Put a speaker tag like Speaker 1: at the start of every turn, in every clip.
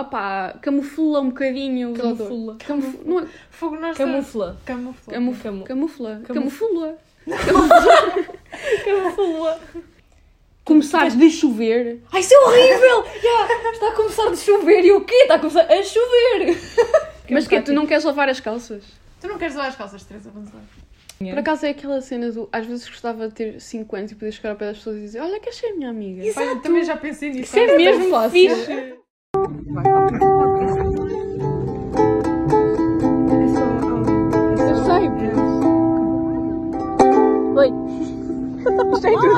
Speaker 1: opá, camufla um bocadinho.
Speaker 2: Aquele
Speaker 1: Camufla.
Speaker 2: odor.
Speaker 1: Camufla. Não, é-
Speaker 2: Fogo nós
Speaker 3: Camufla.
Speaker 2: Camufla.
Speaker 1: camu-
Speaker 3: Camu-
Speaker 1: camufla.
Speaker 3: camu-
Speaker 1: Camufla.
Speaker 3: é Camufla.
Speaker 1: Começares de chover.
Speaker 3: Ai, isso é horrível! Ya, Está a começar a chover e o quê? Está a começar a chover!
Speaker 1: Mas que é, tu não queres lavar as calças?
Speaker 2: Tu não queres usar as calças, Teresa, vamos lá.
Speaker 1: Por acaso é aquela cena do. Às vezes gostava de ter 5 anos e poder chegar ao pé das pessoas e dizer: Olha, queres ser a minha amiga?
Speaker 2: Olha, também já pensei nisso.
Speaker 1: Isso é mesmo
Speaker 3: fácil.
Speaker 1: fixe. Eu sei. Oi.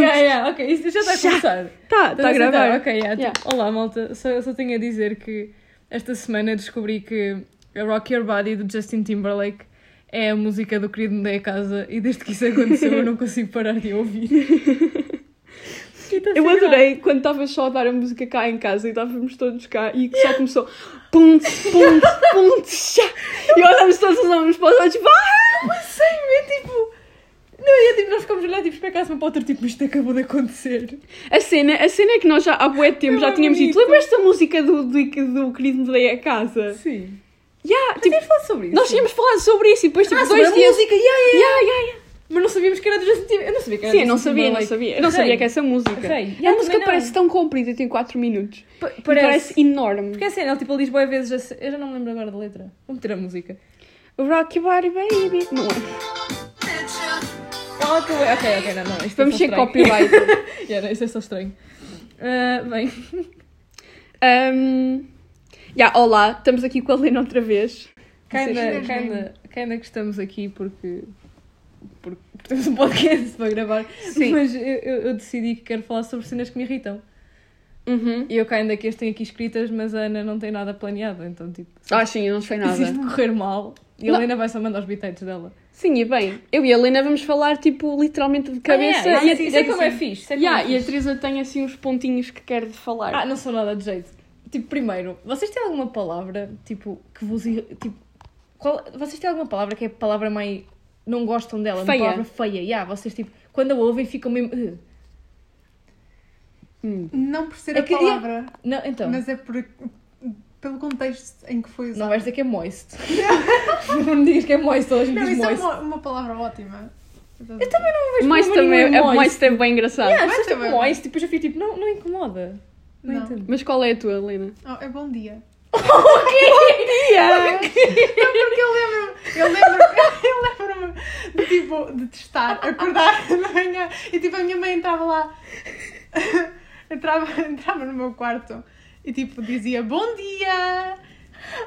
Speaker 3: Yeah, yeah, ok, isso já está a começar.
Speaker 1: Tá, tá a
Speaker 3: Então,
Speaker 1: gravar.
Speaker 3: Ok, yeah,
Speaker 1: Yeah.
Speaker 3: tipo, olá malta, só, só tenho a dizer que esta semana descobri que a Rock Your Body do Justin Timberlake é a música do querido Me Dei a Casa e desde que isso aconteceu eu não consigo parar de ouvir. E tá
Speaker 1: Eu
Speaker 3: sem
Speaker 1: adorei quando estavas só a dar a música cá em casa e estávamos todos cá e que só começou pontes, pontes, pontes, chá. E olhávamos todos os homens para os olhos,
Speaker 3: graça. Mas sem ver, tipo. Não, e é tipo, nós ficamos olhando tipo, espera cá para o outro, tipo, isto acabou de acontecer.
Speaker 1: A cena, a cena é que nós já há bué de tempo
Speaker 3: É
Speaker 1: já
Speaker 3: bem
Speaker 1: tínhamos
Speaker 3: bonito.
Speaker 1: dito, lembras da música do, do, do querido me dei a casa?
Speaker 3: Sim.
Speaker 1: Yeah, tipo,
Speaker 3: Tínhamos falado sobre isso.
Speaker 1: nós tínhamos falado sobre isso e depois tipo
Speaker 3: Ah, sobre
Speaker 1: dois
Speaker 3: a
Speaker 1: dias...
Speaker 3: música, yeah, yeah, yeah.
Speaker 1: Yeah, yeah, yeah.
Speaker 3: Mas não sabíamos que era do Justin Timberlake. Eu não sabia que era
Speaker 1: Sim,
Speaker 3: do
Speaker 1: eu não
Speaker 3: Justin
Speaker 1: sabia, eu não
Speaker 3: Timberlake.
Speaker 1: sabia. Eu não
Speaker 3: Rei.
Speaker 1: sabia que essa música. E a
Speaker 3: Rei. Yeah,
Speaker 1: música
Speaker 3: também não.
Speaker 1: parece tão comprida, tem 4 minutos.
Speaker 3: Pa-
Speaker 1: E Parece enorme.
Speaker 3: Porque assim, ele tipo diz boas vezes, assim- eu já não me lembro agora da letra. Vou meter a música.
Speaker 1: Rock your body, baby. Não é.
Speaker 3: Ah, que bué- Ok, ok, não, não. Isto
Speaker 1: Vamos
Speaker 3: é só
Speaker 1: ser
Speaker 3: estranho.
Speaker 1: copyright.
Speaker 3: yeah, não, isto é só estranho. Ah, bem,
Speaker 1: um... yeah, olá, estamos aqui com a Lena outra vez.
Speaker 3: kinda,
Speaker 2: Vocês-
Speaker 3: kinda, kinda que estamos aqui porque, porque temos um podcast para gravar.
Speaker 1: Sim.
Speaker 3: Mas eu, eu- eu decidi que quero falar sobre cenas que me irritam.
Speaker 1: Uhum.
Speaker 3: E eu kinda que as tenho aqui escritas, mas a Ana não tem nada planeado. Então, tipo,
Speaker 1: Ah, sim, eu não sei nada.
Speaker 3: se isto correr mal, e a
Speaker 1: Não.
Speaker 3: Helena vai só mandar os bitates dela.
Speaker 1: Sim, e bem, eu e a Lena vamos falar, tipo, literalmente de cabeça.
Speaker 3: Ah,
Speaker 1: e a- assim,
Speaker 3: yeah, isso é
Speaker 1: e a-
Speaker 3: como é fixe. isso é como
Speaker 1: Yeah,
Speaker 3: é
Speaker 1: e a
Speaker 3: fixe.
Speaker 1: Teresa tem assim uns pontinhos que quer de falar.
Speaker 3: Ah, não sou nada de jeito. Tipo, primeiro, vocês têm alguma palavra, tipo, que vos... ir- Tipo, qual, vocês têm alguma palavra que é a palavra mais... Não gostam dela?
Speaker 1: Feia.
Speaker 3: Uma palavra feia. Yeah, vocês, tipo, quando a ouvem ficam mesmo... "Ugh".
Speaker 1: Hum.
Speaker 2: Não por ser
Speaker 3: É
Speaker 2: a
Speaker 3: que-
Speaker 2: palavra,
Speaker 3: Não, então,
Speaker 2: mas é por, pelo contexto em que foi
Speaker 3: não
Speaker 2: usado.
Speaker 3: vais dizer que é moist. não me digas que é moist, hoje me
Speaker 2: Não,
Speaker 3: diz
Speaker 2: isso é
Speaker 3: moist.
Speaker 2: uma, uma palavra ótima.
Speaker 3: Eu também não vejo
Speaker 1: mais
Speaker 3: problema
Speaker 1: também,
Speaker 3: nenhum em
Speaker 1: é, mais também é bem engraçado.
Speaker 3: Yeah, as
Speaker 2: Mais
Speaker 3: pessoas tipo
Speaker 2: também.
Speaker 3: moist, tipo, eu já fico tipo, não, não incomoda. Não,
Speaker 2: Não.
Speaker 3: entendo.
Speaker 1: Mas qual é a tua, Lena?
Speaker 2: Oh, é bom dia.
Speaker 1: Yeah.
Speaker 2: Porque eu lembro-me, eu lembro-me, eu lembro-me de tipo, de testar, acordar de manhã e tipo a minha mãe entrava lá, entrava, entrava no meu quarto e tipo dizia bom dia,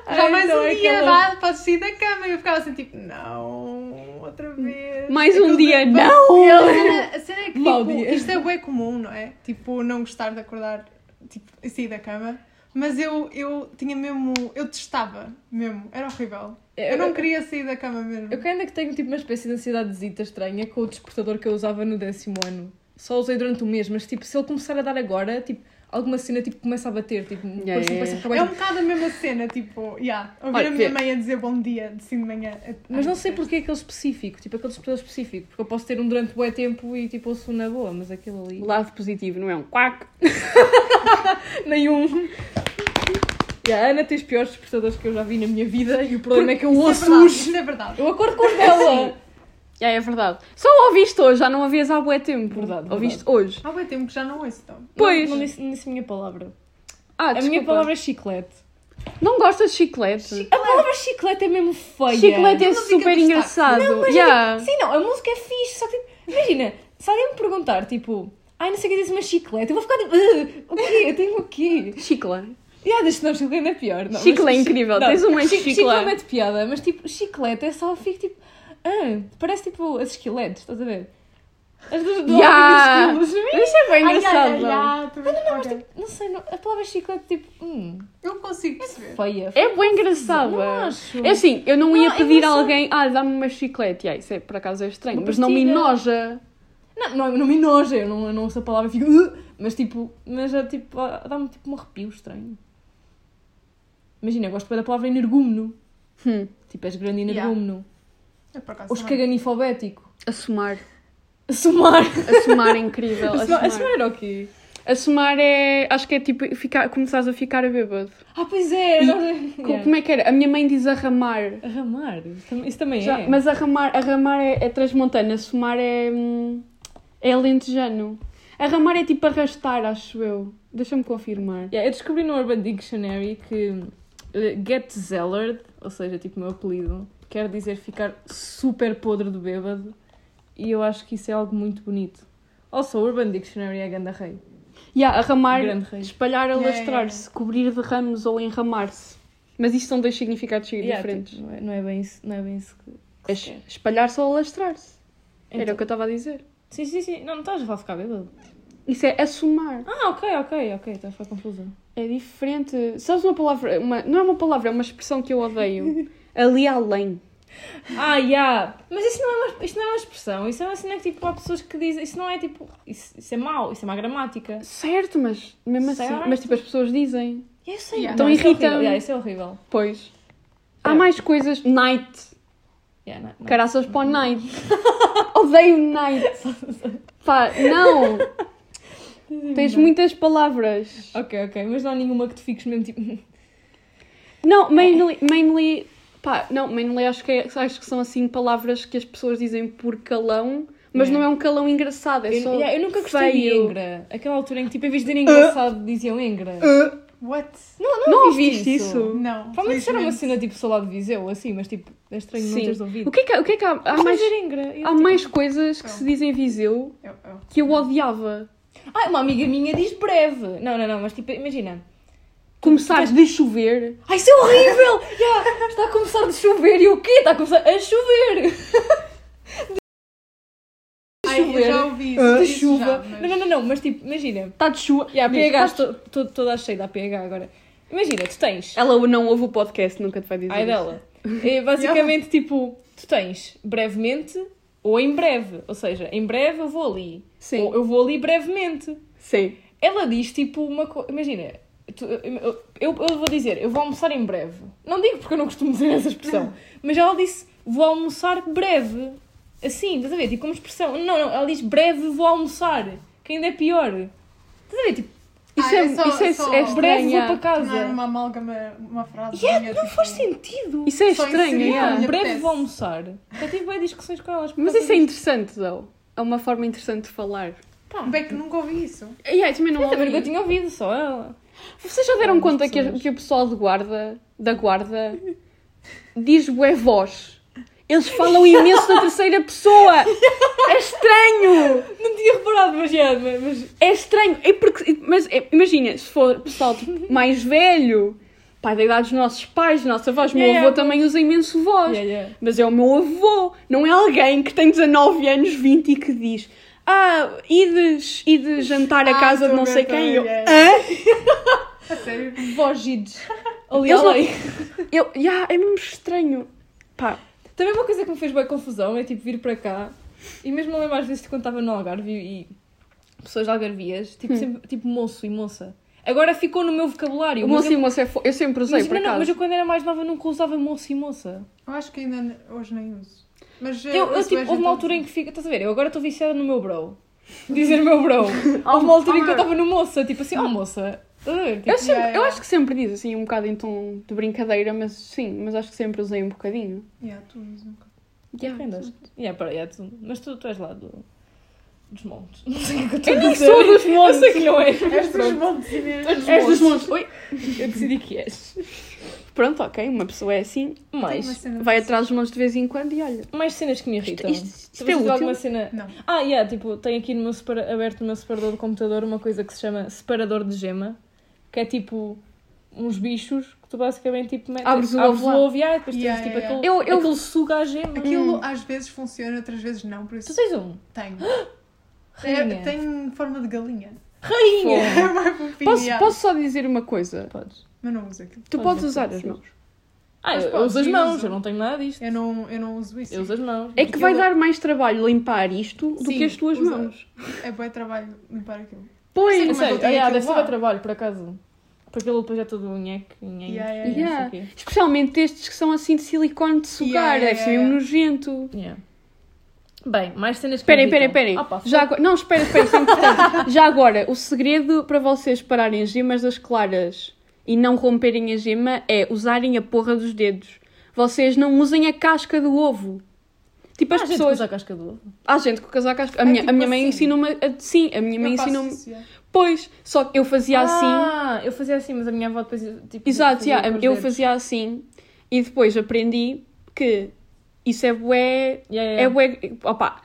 Speaker 2: já
Speaker 3: Ai,
Speaker 2: mais
Speaker 3: então
Speaker 2: um
Speaker 3: é
Speaker 2: dia,
Speaker 3: aquela-
Speaker 2: vá, podes sair da cama e eu ficava assim tipo, não, outra vez. É
Speaker 3: É
Speaker 1: Mais um
Speaker 2: Aquele-
Speaker 1: dia, não!
Speaker 2: A cena, a cena é que
Speaker 3: Mau
Speaker 2: tipo,
Speaker 3: dia.
Speaker 2: isto é bem comum, não é? Tipo, não gostar de acordar tipo, e sair da cama. Mas eu, eu tinha mesmo. Eu testava mesmo. Era horrível. Eu não queria sair da cama mesmo.
Speaker 3: Eu ainda que tenho tipo uma espécie de ansiedadezita estranha com o despertador que eu usava no décimo ano. Só usei durante o mês, mas tipo, se ele começar a dar agora, tipo, alguma cena tipo começa a bater, tipo,
Speaker 1: Yeah,
Speaker 3: parece-
Speaker 1: yeah, yeah.
Speaker 3: parece que
Speaker 2: É um
Speaker 3: acabei de-
Speaker 2: bocado a mesma cena, tipo, yeah, ouvir
Speaker 1: Olha,
Speaker 2: a minha
Speaker 1: vê.
Speaker 2: mãe a dizer bom dia de 5 de manhã. é-
Speaker 1: um-
Speaker 3: Mas
Speaker 2: Ai,
Speaker 3: não sei
Speaker 2: Deus.
Speaker 3: porque é aquele específico, tipo aquele despertador específico, porque eu posso ter um durante bué tempo e tipo ouço na boa, mas aquele ali.
Speaker 1: Lado positivo, não é um quack?
Speaker 3: Nenhum. E a Ana tem os piores despertadores que eu já vi na minha vida e o problema é que eu
Speaker 2: Isso
Speaker 3: ouço
Speaker 2: é verdade,
Speaker 3: os.
Speaker 2: Isso é verdade.
Speaker 3: Eu acordo com os dela.
Speaker 1: É, é verdade. Só ouviste hoje, já não ouvias há bué tempo.
Speaker 3: Verdade,
Speaker 1: Ouviste hoje.
Speaker 2: Há muito tempo que já não ouço, então.
Speaker 1: Pois.
Speaker 3: Não, não disse, não disse a minha palavra.
Speaker 1: Ah,
Speaker 3: a minha palavra é chiclete.
Speaker 1: Não gostas de chiclete?
Speaker 3: A palavra chiclete é mesmo feia.
Speaker 1: Chiclete é
Speaker 2: Não fica
Speaker 1: super
Speaker 2: gostar.
Speaker 1: engraçado.
Speaker 3: Não, mas é
Speaker 1: yeah.
Speaker 3: tipo- Sim, não, a música é fixe, só que tipo, imagina, se alguém me perguntar, tipo, ai, não sei o que disse uma chiclete, eu vou ficar tipo, "Ugh, o quê? Eu tenho o quê?
Speaker 1: Chicla.
Speaker 3: E ah, deixa, não, chiclete não é pior. Não, mas-
Speaker 1: Chicle é incrível, tens um monte de
Speaker 3: chi-
Speaker 1: chicle.
Speaker 3: Chicle é de piada, mas tipo, chiclete é só, fico tipo, ah, parece tipo as esqueletes, estás a ver? As dos do
Speaker 1: Yeah.
Speaker 3: homem dos quilos.
Speaker 1: Isso é bem
Speaker 2: Ai, ai,
Speaker 1: engraçado.
Speaker 2: ai, ai, também-
Speaker 3: Mas,
Speaker 2: olha,
Speaker 3: tipo, não sei, não- a palavra chiclete, tipo, hum,
Speaker 2: Eu consigo perceber.
Speaker 3: feia.
Speaker 1: É bem engraçado.
Speaker 3: Não acho.
Speaker 1: É assim, eu não ia
Speaker 3: Não, eu
Speaker 1: pedir a
Speaker 3: não sou-
Speaker 1: alguém, ah, dá-me uma chiclete. Yeah, isso é, por acaso é estranho,
Speaker 3: Uma
Speaker 1: mas não me
Speaker 3: pastilha.
Speaker 1: enoja.
Speaker 3: Não, não, não me enoja, eu não, eu não ouço a palavra e fico. "Ugh", Mas tipo, mas é tipo, ah, dá-me tipo um arrepio estranho. Imagina, eu gosto bem da palavra energúmeno.
Speaker 1: Hum,
Speaker 3: Tipo, és grande
Speaker 2: Yeah.
Speaker 3: energúmeno.
Speaker 2: Eu, É por acaso,
Speaker 3: Ou
Speaker 2: também.
Speaker 3: escaganifobético.
Speaker 1: assumar.
Speaker 3: Assumar.
Speaker 1: Assumar é incrível. assumar.
Speaker 3: Assumar, assumar era é o quê?
Speaker 1: Assumar é. Acho que é tipo ficar, começares a ficar bêbado.
Speaker 3: Ah, pois é!
Speaker 1: E-
Speaker 3: nós-
Speaker 1: Co-
Speaker 3: Yeah.
Speaker 1: Como é que era? A minha mãe diz arramar.
Speaker 3: Arramar. Isso tam- Isso também
Speaker 1: Já-
Speaker 3: é.
Speaker 1: Mas arramar, arramar é, é transmontana, assumar é. hum, é alentejano. Arramar é tipo arrastar, acho eu. Deixa-me confirmar.
Speaker 3: Yeah, eu descobri no Urban Dictionary que eh, get zellered, ou seja, tipo o meu apelido, quer dizer ficar super podre do bêbado. E eu acho que isso é algo muito bonito. Also, Urban Dictionary é ganda rei.
Speaker 1: Yeah, arramar,
Speaker 3: Grande rei.
Speaker 1: espalhar,
Speaker 2: Yeah,
Speaker 1: alastrar-se, cobrir de ramos ou enramar-se. Mas isto são dois significados
Speaker 3: Yeah,
Speaker 1: diferentes.
Speaker 3: tipo, não, é, não é bem isso, não é bem isso que.
Speaker 1: É es- espalhar-se ou alastrar-se. Era
Speaker 3: Então-
Speaker 1: o que eu estava a dizer.
Speaker 3: Sim, sim, sim. Não, não estás a falar ficar bêbado.
Speaker 1: Isso é assumar.
Speaker 3: Ah, ok, ok, ok. Estás a ficar confusa.
Speaker 1: É diferente. Sabes uma palavra? Uma, não é uma palavra, é uma expressão que eu odeio. Ali além.
Speaker 3: Ah, yeah. Mas isso não, é uma, isto não é uma expressão. Isso é uma cena que tipo, há pessoas que dizem. Isso não é tipo. Isso, isso é mau, isso é má gramática.
Speaker 1: Certo, mas mesmo
Speaker 3: Certo.
Speaker 1: assim. Mas tipo, as pessoas dizem.
Speaker 3: Eu sei.
Speaker 2: Yeah.
Speaker 3: Então
Speaker 1: Não, isso é
Speaker 3: irrita.
Speaker 1: horrível.
Speaker 3: Yeah, isso é horrível.
Speaker 1: Pois. Há
Speaker 3: Yeah.
Speaker 1: mais coisas. Night.
Speaker 3: Yeah, não- não.
Speaker 1: Caraças para o night. odeio night. Pá, não. Tens muitas palavras.
Speaker 3: Ok, ok, mas não há nenhuma que tu fiques mesmo tipo.
Speaker 1: Não, mainly, mainly, pá, não, mainly acho que, é- acho que são assim palavras que as pessoas dizem por calão, mas
Speaker 3: Yeah.
Speaker 1: não é um calão engraçado, é
Speaker 3: Eu,
Speaker 1: só
Speaker 3: yeah, eu nunca gostei de
Speaker 1: feio.
Speaker 3: Engra. Aquela altura em que, tipo, em vez de dizerem engraçado, diziam Engra.
Speaker 2: What?
Speaker 3: Não, não,
Speaker 1: Uh, Não
Speaker 3: ouviste
Speaker 1: ouviste isso?
Speaker 2: Não.
Speaker 3: Provavelmente isso era uma
Speaker 2: felizmente.
Speaker 3: cena tipo Solado de Viseu, assim, mas tipo, é estranho não
Speaker 1: Sim.
Speaker 3: teres ouvido.
Speaker 1: O que é que, há- o que, é que há, há mais,
Speaker 3: dizer Engra? Eu,
Speaker 1: há
Speaker 3: tipo,
Speaker 1: mais coisas que se dizem em Viseu
Speaker 2: Eu, eu.
Speaker 1: que eu odiava.
Speaker 3: Ah, uma amiga minha diz breve. Não, não, não, mas tipo, imagina.
Speaker 1: Começar de chover.
Speaker 3: Ai, isso é horrível! Ya, está a começar a chover e o quê? Está a começar a chover!
Speaker 2: Ai, eu
Speaker 3: chover.
Speaker 2: já ouvi isso.
Speaker 3: De
Speaker 2: isso
Speaker 3: chuva.
Speaker 2: já, mas-
Speaker 3: Não, não, não, não, mas tipo, imagina.
Speaker 1: Está tá de chuva.
Speaker 3: Ya,
Speaker 1: Mesmo,
Speaker 3: PH,
Speaker 1: tá de-
Speaker 3: estou estou toda a cheia da PH agora. Imagina, tu tens.
Speaker 1: Ela não ouve o podcast, nunca te vai dizer.
Speaker 3: Ai
Speaker 1: isso.
Speaker 3: dela. É basicamente tipo, tu tens brevemente ou em breve. Ou seja, em breve eu vou ali.
Speaker 1: Sim.
Speaker 3: Ou eu vou ali brevemente.
Speaker 1: Sim.
Speaker 3: Ela diz tipo uma coisa. Imagina, tu- eu, eu vou dizer, eu vou almoçar em breve. Não digo porque eu não costumo dizer essa expressão. Mas ela disse, vou almoçar breve. Assim, estás a ver? Tipo, como expressão. Não, não, ela diz breve vou almoçar. Que ainda é pior. Estás a ver? Tipo,
Speaker 1: Isso
Speaker 2: Ah,
Speaker 1: é,
Speaker 2: é só-
Speaker 1: isso é,
Speaker 2: só-
Speaker 1: é
Speaker 3: breve
Speaker 1: estranho.
Speaker 3: vou
Speaker 1: yeah.
Speaker 3: para casa.
Speaker 2: Não era uma amálgama, uma frase.
Speaker 3: Yeah,
Speaker 2: minha,
Speaker 3: não
Speaker 2: tipo,
Speaker 3: faz sentido.
Speaker 1: Isso é
Speaker 2: Só
Speaker 1: estranho.
Speaker 2: inserir
Speaker 1: yeah.
Speaker 2: me
Speaker 3: breve
Speaker 2: apetece.
Speaker 3: vou almoçar. Já tive bem discussões com elas. por
Speaker 1: Mas
Speaker 3: causa
Speaker 1: isso é
Speaker 3: disto.
Speaker 1: interessante, though. É uma forma interessante de falar. é
Speaker 3: Pá.
Speaker 2: Bem é que nunca ouvi isso.
Speaker 1: Yeah, eu também não
Speaker 3: Eu também
Speaker 1: ouvi.
Speaker 3: nunca tinha ouvido, só ela.
Speaker 1: Vocês já deram
Speaker 3: Algumas
Speaker 1: conta que,
Speaker 3: pessoas.
Speaker 1: que o pessoal de guarda, da guarda diz bué voz? Eles falam imenso na terceira pessoa! É estranho!
Speaker 3: Não tinha reparado, mas já, mas- mas...
Speaker 1: É estranho! É porque, mas é, imagina, se for pessoal tipo, mais velho, pai da idade dos nossos pais, nossa voz, meu
Speaker 3: Yeah,
Speaker 1: avô
Speaker 3: yeah.
Speaker 1: também usa imenso voz.
Speaker 3: Yeah, yeah.
Speaker 1: Mas é o meu avô, não é alguém que tem 19 anos, 20 e que diz Ah, ides, ides jantar a
Speaker 2: Ah,
Speaker 1: casa de
Speaker 2: estou
Speaker 1: não
Speaker 2: a
Speaker 1: sei
Speaker 2: ver,
Speaker 1: quem.
Speaker 2: estou
Speaker 1: Eu,
Speaker 2: a ver,
Speaker 1: Hã?
Speaker 2: A sério.
Speaker 3: Vogides. Ali,
Speaker 1: Eles não-
Speaker 3: ali.
Speaker 1: Eu, yeah, é mesmo estranho. Pá,
Speaker 3: Também uma coisa que me fez bem confusão é tipo vir para cá e mesmo eu lembro às vezes de quando estava no Algarve e e pessoas de Algarvias,
Speaker 1: Hum.
Speaker 3: tipo, sempre, tipo moço e moça. Agora ficou no meu vocabulário.
Speaker 1: o
Speaker 3: mas
Speaker 1: moço e
Speaker 3: eu,
Speaker 1: moça é fo... Eu sempre usei,
Speaker 3: mas,
Speaker 1: por
Speaker 3: não, não,
Speaker 1: acaso.
Speaker 3: mas eu quando era mais nova nunca usava moço e moça.
Speaker 2: Eu acho que ainda ne- hoje nem uso. Mas
Speaker 1: É,
Speaker 2: eh,
Speaker 3: Eu, eu,
Speaker 2: ouço
Speaker 3: tipo,
Speaker 2: hoje,
Speaker 3: houve uma
Speaker 2: então-
Speaker 3: altura em que fica. Estás a ver? Eu agora estou viciada no meu bro. Dizer meu bro. Houve uma altura em que eu estava no moça, tipo assim, oh moça. Estás a ver? Tipo,
Speaker 1: Eu sempre-
Speaker 2: Yeah,
Speaker 1: eu
Speaker 2: yeah.
Speaker 1: acho que sempre diz assim, um bocado em tom de brincadeira, mas sim, mas acho que sempre usei um bocadinho.
Speaker 2: Yeah, tu usas um bocado.
Speaker 1: Yeah.
Speaker 3: Prendas. Yeah, pera, yeah, tu- é mas tu, tu és lá do, dos montes. Não sei o que eu estou
Speaker 1: Eu
Speaker 3: a
Speaker 1: nem
Speaker 3: dizer.
Speaker 1: sou dos montes.
Speaker 3: Eu sei que não és.
Speaker 2: És dos montes Inês.
Speaker 1: És dos montes. Oi.
Speaker 3: Eu decidi que és.
Speaker 1: Pronto, ok, uma pessoa é assim,
Speaker 2: Tem uma
Speaker 3: Mais,
Speaker 2: cena
Speaker 1: vai
Speaker 2: assim.
Speaker 1: atrás dos montes de vez em quando e olha.
Speaker 3: mais cenas que me irritam.
Speaker 1: Isto- isto- isto
Speaker 3: Tu vês
Speaker 1: é útil?
Speaker 3: Então, alguma cena...
Speaker 2: Não.
Speaker 3: Ah, yeah, tipo, tenho aqui no meu separa- aberto no meu separador do computador uma coisa que se chama separador de gema, que é tipo uns bichos que tu basicamente tipo metes,
Speaker 1: Abres o ovo lá.
Speaker 3: e ah, depois
Speaker 2: Yeah,
Speaker 3: tens tipo
Speaker 2: yeah, yeah.
Speaker 3: aquele,
Speaker 1: Eu- eu-
Speaker 3: aquele suga a gema.
Speaker 2: Aquilo às vezes funciona, outras vezes não, por isso
Speaker 3: Hum. Tu tens um?
Speaker 2: tenho.
Speaker 3: Rainha.
Speaker 2: É, Tem forma de galinha.
Speaker 3: Rainha!
Speaker 2: É uma fofinha.
Speaker 1: Posso, posso só dizer uma coisa?
Speaker 3: Podes.
Speaker 2: Mas não uso aquilo.
Speaker 1: Tu
Speaker 3: Pode
Speaker 1: podes
Speaker 3: dizer,
Speaker 1: usar
Speaker 3: pode
Speaker 1: as
Speaker 3: ser.
Speaker 1: mãos.
Speaker 3: Ah,
Speaker 2: Mas
Speaker 3: eu, eu
Speaker 2: podes,
Speaker 3: uso as
Speaker 2: eu
Speaker 3: mãos,
Speaker 2: uso.
Speaker 3: eu não tenho nada disto.
Speaker 2: Eu não, eu não uso isso.
Speaker 3: Eu uso as mãos.
Speaker 1: É que vai
Speaker 3: Aquilo-
Speaker 1: dar mais trabalho limpar isto do
Speaker 2: Sim,
Speaker 1: que as tuas
Speaker 2: usa.
Speaker 1: mãos.
Speaker 2: É bom trabalho limpar aquilo.
Speaker 3: É
Speaker 1: Pois.
Speaker 2: Sim. mas eu
Speaker 3: sério,
Speaker 2: tenho
Speaker 3: ah, yeah,
Speaker 2: aquilo
Speaker 3: deve ser
Speaker 2: lá.
Speaker 3: bué trabalho, por acaso. Porque ele depois é todo nheque, nheque,
Speaker 2: Yeah, yeah,
Speaker 3: e não
Speaker 1: yeah.
Speaker 3: sei o quê.
Speaker 1: Especialmente estes que são assim de silicone de sugar,
Speaker 2: Yeah, yeah,
Speaker 1: deve ser
Speaker 2: yeah,
Speaker 1: mesmo nojento.
Speaker 3: Yeah. Bem, mais cenas que então.
Speaker 1: Esperem,
Speaker 3: irritam.
Speaker 1: esperem, esperem.
Speaker 3: Opa,
Speaker 1: Já agora... Não, espera, espera, isso é importante. Já agora, o segredo para vocês pararem as gemas das claras e não romperem a gema é usarem a porra dos dedos. Vocês não usem a casca do ovo. Tipo,
Speaker 3: Há
Speaker 1: as
Speaker 3: ah, gente que
Speaker 1: pessoas.
Speaker 3: usa É a casca do ovo.
Speaker 1: Há gente que usa a casca. A minha,
Speaker 2: tipo
Speaker 1: a minha mãe
Speaker 2: assim.
Speaker 1: ensinou-me. a- Sim, a minha mãe
Speaker 2: Eu faço
Speaker 1: ensinou-me.
Speaker 2: isso, já.
Speaker 1: Pois, só que eu fazia assim.
Speaker 3: Ah, eu fazia assim, mas a minha avó depois. Tipo,
Speaker 1: Exato,
Speaker 3: fazia
Speaker 1: yeah,
Speaker 3: com os
Speaker 1: eu
Speaker 3: dedos.
Speaker 1: fazia assim e depois aprendi que isso é bué.
Speaker 3: Yeah,
Speaker 1: É
Speaker 3: yeah.
Speaker 1: bué. Opa,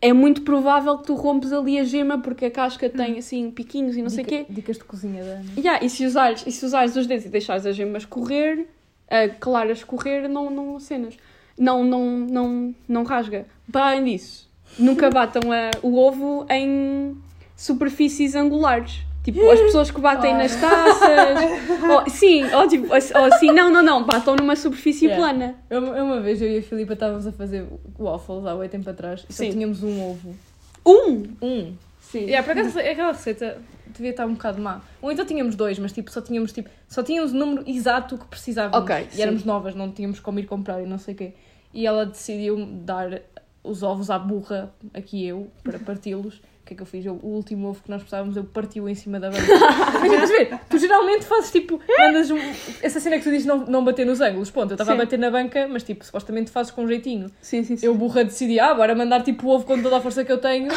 Speaker 1: é muito provável que tu rompes ali a gema porque a casca tem assim piquinhos e não sei o quê.
Speaker 3: Dica- Dicas de cozinha da Ana.
Speaker 1: Yeah, e, se usares, e se usares os dedos e deixares as gemas correr, a clara escorrer, não, não cenas. Não, não, não, não rasga. Para além disso, nunca batam a- o ovo em superfícies angulares. Tipo, as pessoas que batem
Speaker 3: Ora.
Speaker 1: nas taças. ou- sim, ou, tipo, ass- ou assim, não, não, não, batam numa superfície
Speaker 3: Yeah.
Speaker 1: plana.
Speaker 3: Eu, eu uma vez, eu e a Filipa estávamos a fazer waffles há oito tempo atrás e só
Speaker 1: Sim.
Speaker 3: tínhamos um ovo.
Speaker 1: Um!
Speaker 3: Um.
Speaker 1: Sim.
Speaker 3: Yeah, por acaso, aquela receita devia estar um bocado má. Ou então tínhamos dois, mas tipo, só tínhamos tipo, só tínhamos o número exato que precisávamos.
Speaker 1: Ok,
Speaker 3: e éramos novas, não tínhamos como ir comprar e não sei o quê. E ela decidiu dar os ovos à burra, aqui eu, para parti-los. O que é que eu fiz? Eu, o último ovo que nós precisávamos, eu parti-o em cima da banca. Mas tipo, estás a ver? Tu geralmente fazes tipo, mandas um- essa cena que tu dizes não, não bater nos ângulos, ponto. Eu estava a
Speaker 1: Sim.
Speaker 3: bater na banca, mas tipo, supostamente fazes com um jeitinho.
Speaker 1: sim, sim, sim.
Speaker 3: Eu burra decidi, ah, bora mandar tipo o ovo com toda a força que eu tenho